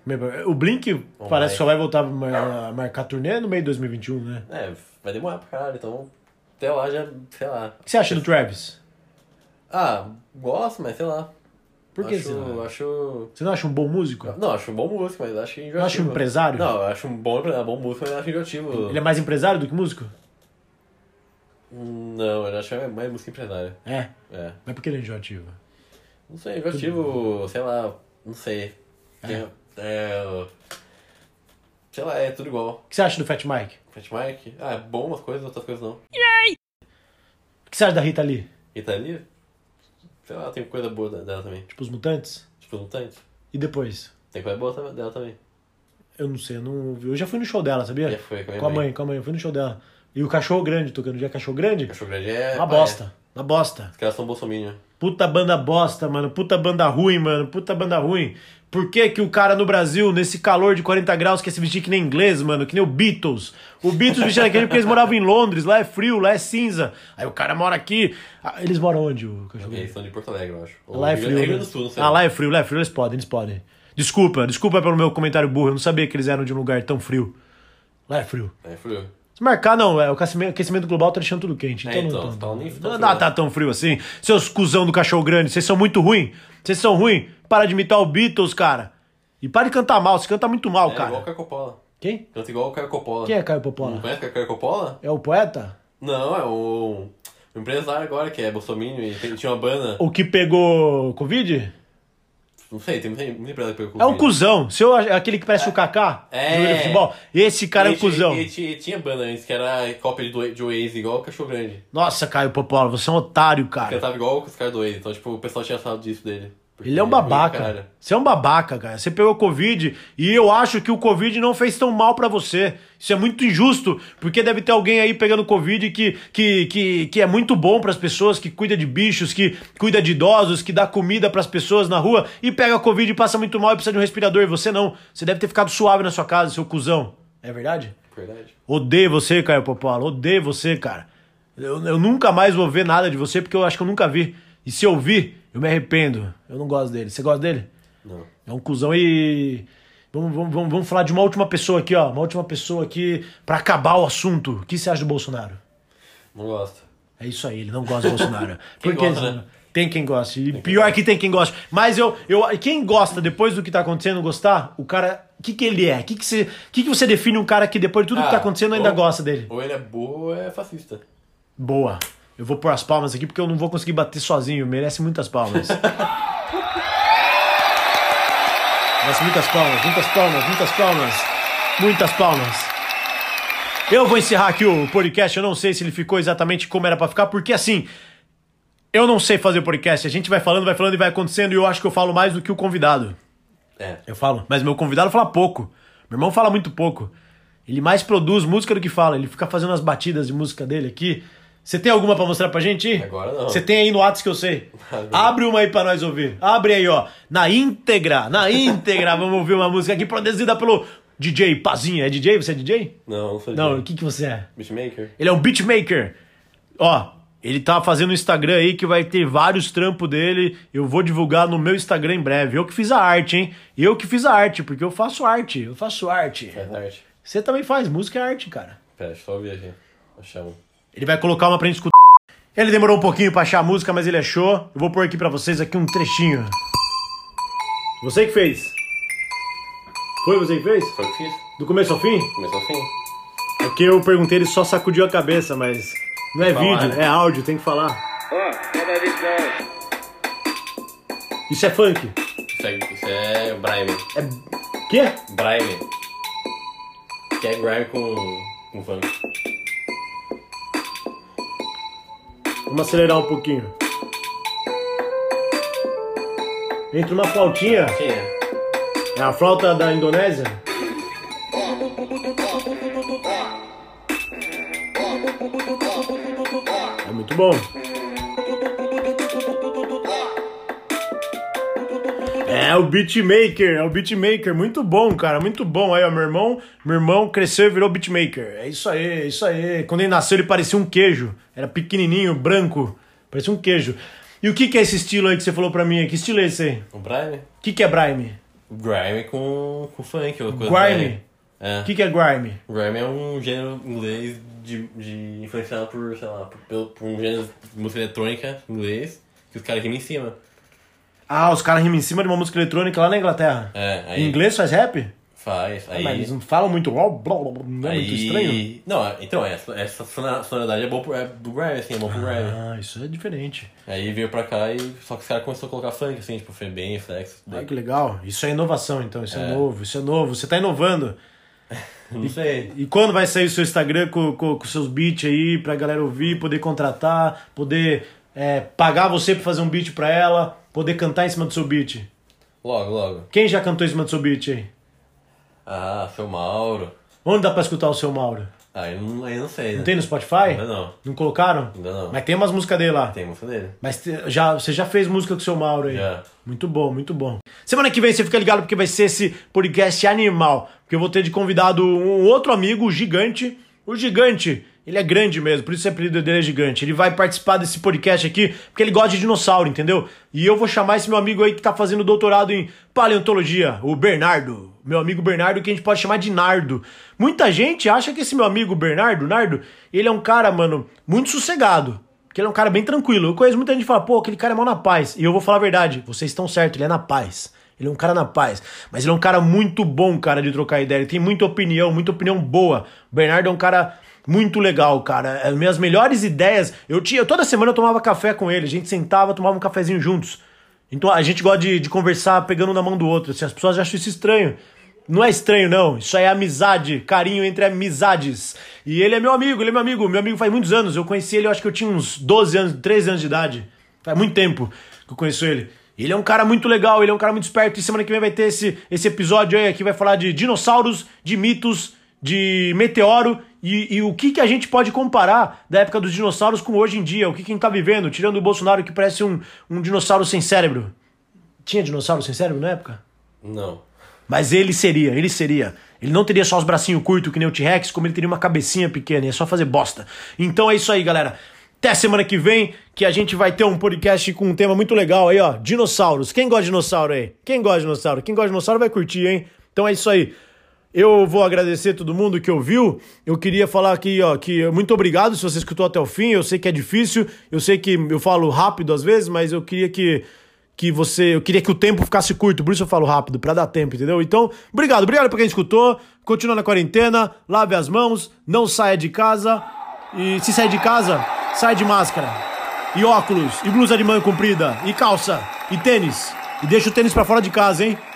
[SPEAKER 1] O Blink parece que
[SPEAKER 2] vai.
[SPEAKER 1] só vai voltar a mar- a marcar turnê no meio de 2021, né?
[SPEAKER 2] É, vai demorar pra caralho, então. Até lá já, sei lá.
[SPEAKER 1] O que você acha do Travis?
[SPEAKER 2] Ah, gosto, mas sei lá.
[SPEAKER 1] Por que
[SPEAKER 2] acho,
[SPEAKER 1] você não...
[SPEAKER 2] acho.
[SPEAKER 1] você não acha um bom músico?
[SPEAKER 2] Não, acho um bom músico, mas acho enjoativo.
[SPEAKER 1] acha um empresário?
[SPEAKER 2] Não, eu acho um bom, empre- bom músico, mas acho enjoativo.
[SPEAKER 1] Ele é mais empresário do que músico?
[SPEAKER 2] Não, eu acho mais música empresária.
[SPEAKER 1] É.
[SPEAKER 2] É.
[SPEAKER 1] Mas por que ele é enjoativo?
[SPEAKER 2] Não sei, enjoativo, sei lá, não sei. Tem- é, sei lá, é tudo igual.
[SPEAKER 1] O que você acha do Fat Mike?
[SPEAKER 2] Fat Mike, ah, é bom umas coisas, outras coisas não.
[SPEAKER 1] O que você acha da Rita Lee?
[SPEAKER 2] E tá ali, sei lá, tem coisa boa da- dela também.
[SPEAKER 1] Tipo, os mutantes?
[SPEAKER 2] Tipo, não tem?
[SPEAKER 1] E depois?
[SPEAKER 2] Tem coisa boa tam- dela também.
[SPEAKER 1] Eu não sei, eu não vi. Eu já fui no show dela, sabia?
[SPEAKER 2] Já foi com a minha
[SPEAKER 1] Com a mãe,
[SPEAKER 2] mãe.
[SPEAKER 1] com a mãe. Eu fui no show dela. E o Cachorro Grande tocando. Já é Cachorro Grande?
[SPEAKER 2] Cachorro grande é.
[SPEAKER 1] Uma
[SPEAKER 2] pá,
[SPEAKER 1] bosta. Uma bosta.
[SPEAKER 2] é. Os caras são bolsominion.
[SPEAKER 1] Puta banda bosta, mano. Puta banda ruim, mano. Puta banda ruim. Por que que o cara no Brasil, nesse calor de 40 graus, quer se vestir que nem inglês, mano? Que nem o Beatles. O Beatles vestiram aquele porque eles moravam em Londres. Lá é frio, lá é cinza. Aí o cara mora aqui. Ah, eles moram onde, o Cachorro Grande?
[SPEAKER 2] Eles são de Porto Alegre, eu acho. Ou
[SPEAKER 1] Lá é
[SPEAKER 2] Rio
[SPEAKER 1] frio.
[SPEAKER 2] Grande- Rio
[SPEAKER 1] né?
[SPEAKER 2] Grande do Sul, não sei.
[SPEAKER 1] Ah, lá é frio, lá é frio, eles podem, eles podem. Desculpa, desculpa pelo meu comentário burro, eu não sabia que eles eram de um lugar tão frio. Lá é frio.
[SPEAKER 2] Lá é frio.
[SPEAKER 1] Se marcar, não, é, o aquecimento, aquecimento global tá deixando tudo quente. Então,
[SPEAKER 2] É, então,
[SPEAKER 1] não,
[SPEAKER 2] tá
[SPEAKER 1] não,
[SPEAKER 2] nem-
[SPEAKER 1] não,
[SPEAKER 2] tá
[SPEAKER 1] não
[SPEAKER 2] frio,
[SPEAKER 1] tá,
[SPEAKER 2] né?
[SPEAKER 1] tão frio assim. Seus cuzão do cachorro grande, vocês são muito ruim. Vocês são ruim. Para de imitar o Beatles, cara. E para de cantar mal, você canta muito mal,
[SPEAKER 2] É
[SPEAKER 1] cara.
[SPEAKER 2] igual o Caio Coppola.
[SPEAKER 1] Quem?
[SPEAKER 2] Canta igual o Caio Coppola.
[SPEAKER 1] Quem é Caio
[SPEAKER 2] Não
[SPEAKER 1] Popola?
[SPEAKER 2] conhece o Caio Coppola?
[SPEAKER 1] É o poeta?
[SPEAKER 2] Não, é o o empresário agora que é bolsominion e tem- tinha uma banda.
[SPEAKER 1] O que pegou Covid?
[SPEAKER 2] Não sei, tem muita muita empresa que pegou
[SPEAKER 1] É um
[SPEAKER 2] Covid.
[SPEAKER 1] cuzão. Seu, é aquele que parece o Kaká,
[SPEAKER 2] É.
[SPEAKER 1] jogador de futebol. Esse cara é um
[SPEAKER 2] Ele tinha-
[SPEAKER 1] cuzão.
[SPEAKER 2] ele tinha, ele tinha banda antes, que era cópia do, de Waze, igual o Cachorro Grande.
[SPEAKER 1] Nossa, Caio Popola, você é um otário, cara.
[SPEAKER 2] Cantava igual os caras do Waze, então, tipo, o pessoal tinha falado disso dele. Porque
[SPEAKER 1] Ele é um
[SPEAKER 2] ruim,
[SPEAKER 1] babaca.
[SPEAKER 2] cara.
[SPEAKER 1] Você é um babaca, cara. Você pegou Covid e eu acho que o Covid não fez tão mal pra você. Isso é muito injusto, porque deve ter alguém aí pegando Covid que, que, que, que é muito bom pras pessoas, que cuida de bichos, que cuida de idosos, que dá comida pras pessoas na rua e pega Covid e passa muito mal e precisa de um respirador. E você não. Você deve ter ficado suave na sua casa, seu cuzão. É verdade?
[SPEAKER 2] Verdade.
[SPEAKER 1] Odeio você, Caio Popola. Odeio você, cara. Eu, eu nunca mais vou ver nada de você porque eu acho que eu nunca vi. E se eu vi, eu me arrependo. Eu não gosto dele. Você gosta dele?
[SPEAKER 2] Não.
[SPEAKER 1] É um cuzão e. Vamos, vamos, vamos, vamos falar de uma última pessoa aqui, ó. Uma última pessoa aqui pra acabar o assunto. O que você acha do Bolsonaro?
[SPEAKER 2] Não gosto.
[SPEAKER 1] É isso aí, ele não gosta do Bolsonaro.
[SPEAKER 2] Quem
[SPEAKER 1] Porque
[SPEAKER 2] gosta, né?
[SPEAKER 1] tem quem gosta. E pior que tem quem gosta. Mas eu, eu. Quem gosta depois do que tá acontecendo, gostar, o cara. O que, que ele é? O que, que, você, que, que você define um cara que depois de tudo que
[SPEAKER 2] Ah,
[SPEAKER 1] tá acontecendo ainda
[SPEAKER 2] ou-
[SPEAKER 1] gosta dele?
[SPEAKER 2] Ou ele é burro ou é fascista.
[SPEAKER 1] Boa. Eu vou pôr as palmas aqui porque eu não vou conseguir bater sozinho. Merece muitas palmas. Merece muitas palmas, muitas palmas, muitas palmas. Muitas palmas. Eu vou encerrar aqui o podcast. Eu não sei se ele ficou exatamente como era pra ficar, porque assim. Eu não sei fazer podcast. A gente vai falando, vai falando e vai acontecendo. E eu acho que eu falo mais do que o convidado.
[SPEAKER 2] É.
[SPEAKER 1] Eu falo. Mas meu convidado fala pouco. Meu irmão fala muito pouco. Ele mais produz música do que fala. Ele fica fazendo as batidas de música dele aqui. Você tem alguma pra mostrar pra gente?
[SPEAKER 2] Agora não.
[SPEAKER 1] Você tem aí no Atos que eu sei.
[SPEAKER 2] Agora.
[SPEAKER 1] Abre uma aí pra nós ouvir. Abre aí, ó. Na íntegra, na íntegra, vamos ouvir uma música aqui produzida pelo DJ Pazinha. É DJ? Você é DJ?
[SPEAKER 2] Não, não sou
[SPEAKER 1] Não, o
[SPEAKER 2] de-
[SPEAKER 1] que, que você é?
[SPEAKER 2] Beatmaker?
[SPEAKER 1] Ele é um beatmaker. Ó, ele tá fazendo um Instagram aí que vai ter vários trampos dele. Eu vou divulgar no meu Instagram em breve. Eu que fiz a arte, hein? Eu que fiz a arte, porque eu faço arte. Eu faço arte.
[SPEAKER 2] Faz arte.
[SPEAKER 1] Você também faz, música é arte, cara.
[SPEAKER 2] É, tá, Pera, deixa eu só ouvir aqui. Achar um.
[SPEAKER 1] Ele vai colocar uma pra gente escutar. Ele demorou um pouquinho pra achar a música, mas ele achou. Eu vou pôr aqui pra vocês aqui um trechinho. Você que fez? Foi você que fez?
[SPEAKER 2] Foi o que fiz?
[SPEAKER 1] Do começo ao fim?
[SPEAKER 2] Começou assim? ao fim.
[SPEAKER 1] É que eu perguntei, ele só sacudiu a cabeça, mas não é
[SPEAKER 2] Tem que falar,
[SPEAKER 1] vídeo,
[SPEAKER 2] né?
[SPEAKER 1] é áudio, tem que falar. Isso é funk.
[SPEAKER 2] Isso é, isso é Brime.
[SPEAKER 1] É. Quê?
[SPEAKER 2] Brime. Que é Grime com, com funk.
[SPEAKER 1] Vamos acelerar um pouquinho. Entra uma flautinha,
[SPEAKER 2] Quem é?
[SPEAKER 1] é a flauta da Indonésia. É muito bom. É o beatmaker, é o beatmaker, muito bom, cara, muito bom. Aí, ó, meu irmão, meu irmão cresceu e virou beatmaker. É isso aí, é isso aí. Quando ele nasceu, ele parecia um queijo. Era pequenininho, branco, parecia um queijo. E o que que é esse estilo aí que você falou pra mim? Que estilo é esse aí?
[SPEAKER 2] O Brime?
[SPEAKER 1] O que que é grime?
[SPEAKER 2] Grime com, com funk. ou coisa
[SPEAKER 1] Grime?
[SPEAKER 2] mais. É.
[SPEAKER 1] O que que é grime?
[SPEAKER 2] Grime é um gênero inglês de, de influenciado por, sei lá, por, pelo- por um gênero de música eletrônica inglês que os caras rimam em cima.
[SPEAKER 1] Ah, os caras rimam em cima de uma música eletrônica lá na Inglaterra.
[SPEAKER 2] É, aí-
[SPEAKER 1] Em inglês faz rap?
[SPEAKER 2] Faz. Aí,
[SPEAKER 1] Mas eles não falam muito. blá, blá, blá, Não é
[SPEAKER 2] aí,
[SPEAKER 1] muito estranho?
[SPEAKER 2] Não, é- então, essa, essa sonor- sonoridade é boa pro, é do Grime, assim, é bom pro Grime.
[SPEAKER 1] Ah, isso é diferente.
[SPEAKER 2] Aí veio pra cá e. Só que os caras começaram a colocar funk, assim, tipo, foi bem, flex.
[SPEAKER 1] Ah,
[SPEAKER 2] daí-
[SPEAKER 1] que legal. Isso é inovação, então. Isso é,
[SPEAKER 2] É.
[SPEAKER 1] novo, isso é novo. Você tá inovando.
[SPEAKER 2] Não sei.
[SPEAKER 1] E quando vai sair o seu Instagram com, com, com seus beats aí pra galera ouvir, poder contratar, poder é, pagar você pra fazer um beat pra ela, poder cantar em cima do seu beat?
[SPEAKER 2] Logo, logo.
[SPEAKER 1] Quem já cantou em cima do seu beat aí?
[SPEAKER 2] Ah, seu Mauro.
[SPEAKER 1] Onde dá pra escutar o seu Mauro?
[SPEAKER 2] Aí não, aí não sei, né?
[SPEAKER 1] Não tem no Spotify?
[SPEAKER 2] Ainda não.
[SPEAKER 1] Não colocaram?
[SPEAKER 2] Ainda não.
[SPEAKER 1] Mas tem umas músicas dele lá.
[SPEAKER 2] Tem música dele.
[SPEAKER 1] Mas te- já, você já fez música com o seu Mauro aí?
[SPEAKER 2] Já.
[SPEAKER 1] Muito bom, muito bom. Semana que vem você fica ligado porque vai ser esse podcast animal. Porque eu vou ter de convidado um outro amigo, o Gigante. O Gigante, ele é grande mesmo, por isso o apelido dele é Gigante. Ele vai participar desse podcast aqui porque ele gosta de dinossauro, entendeu? E eu vou chamar esse meu amigo aí que tá fazendo doutorado em paleontologia, o Bernardo. Meu amigo Bernardo, que a gente pode chamar de Nardo. Muita gente acha que esse meu amigo Bernardo, Nardo, ele é um cara, mano, muito sossegado. Porque ele é um cara bem tranquilo. Eu conheço muita gente que fala, pô, aquele cara é mal na paz. E eu vou falar a verdade, vocês estão certos, ele é na paz. Ele é um cara na paz. Mas ele é um cara muito bom, cara, de trocar ideia. Ele tem muita opinião, muita opinião boa. O Bernardo é um cara muito legal, cara. As minhas melhores ideias. Eu tinha. Toda semana eu tomava café com ele. A gente sentava, tomava um cafezinho juntos. Então a gente gosta de, de conversar pegando um na mão do outro. Assim, as pessoas acham isso estranho. Não é estranho, não. Isso aí é amizade, carinho entre amizades. E ele é meu amigo, ele é meu amigo. Meu amigo faz muitos anos. Eu conheci ele, eu acho que eu tinha uns 12 anos, 13 anos de idade. Faz muito tempo que eu conheço ele. E Ele é um cara muito legal, ele é um cara muito esperto. E semana que vem vai ter esse, esse episódio aí que vai falar de dinossauros, de mitos, de meteoro e, e o que, que a gente pode comparar da época dos dinossauros com hoje em dia. O que, que a gente tá vivendo, tirando o Bolsonaro que parece um, um dinossauro sem cérebro. Tinha dinossauro sem cérebro na época?
[SPEAKER 2] Não.
[SPEAKER 1] Mas ele seria, ele seria. Ele não teria só os bracinhos curtos que nem o T-Rex, como ele teria uma cabecinha pequena, e é só fazer bosta. Então é isso aí, galera. Até semana que vem, que a gente vai ter um podcast com um tema muito legal aí, ó. Dinossauros. Quem gosta de dinossauro aí? Quem gosta de dinossauro? Quem gosta de dinossauro vai curtir, hein? Então é isso aí. Eu vou agradecer todo mundo que ouviu. Eu queria falar aqui, ó, que muito obrigado se você escutou até o fim. Eu sei que é difícil, eu sei que eu falo rápido às vezes, mas eu queria que que você. Eu queria que o tempo ficasse curto, por isso eu falo rápido, pra dar tempo, entendeu? Então, obrigado, obrigado pra quem escutou. Continua na quarentena, lave as mãos, não saia de casa. E se sair de casa, sai de máscara. E óculos, e blusa de manga comprida, e calça, e tênis. E deixa o tênis pra fora de casa, hein?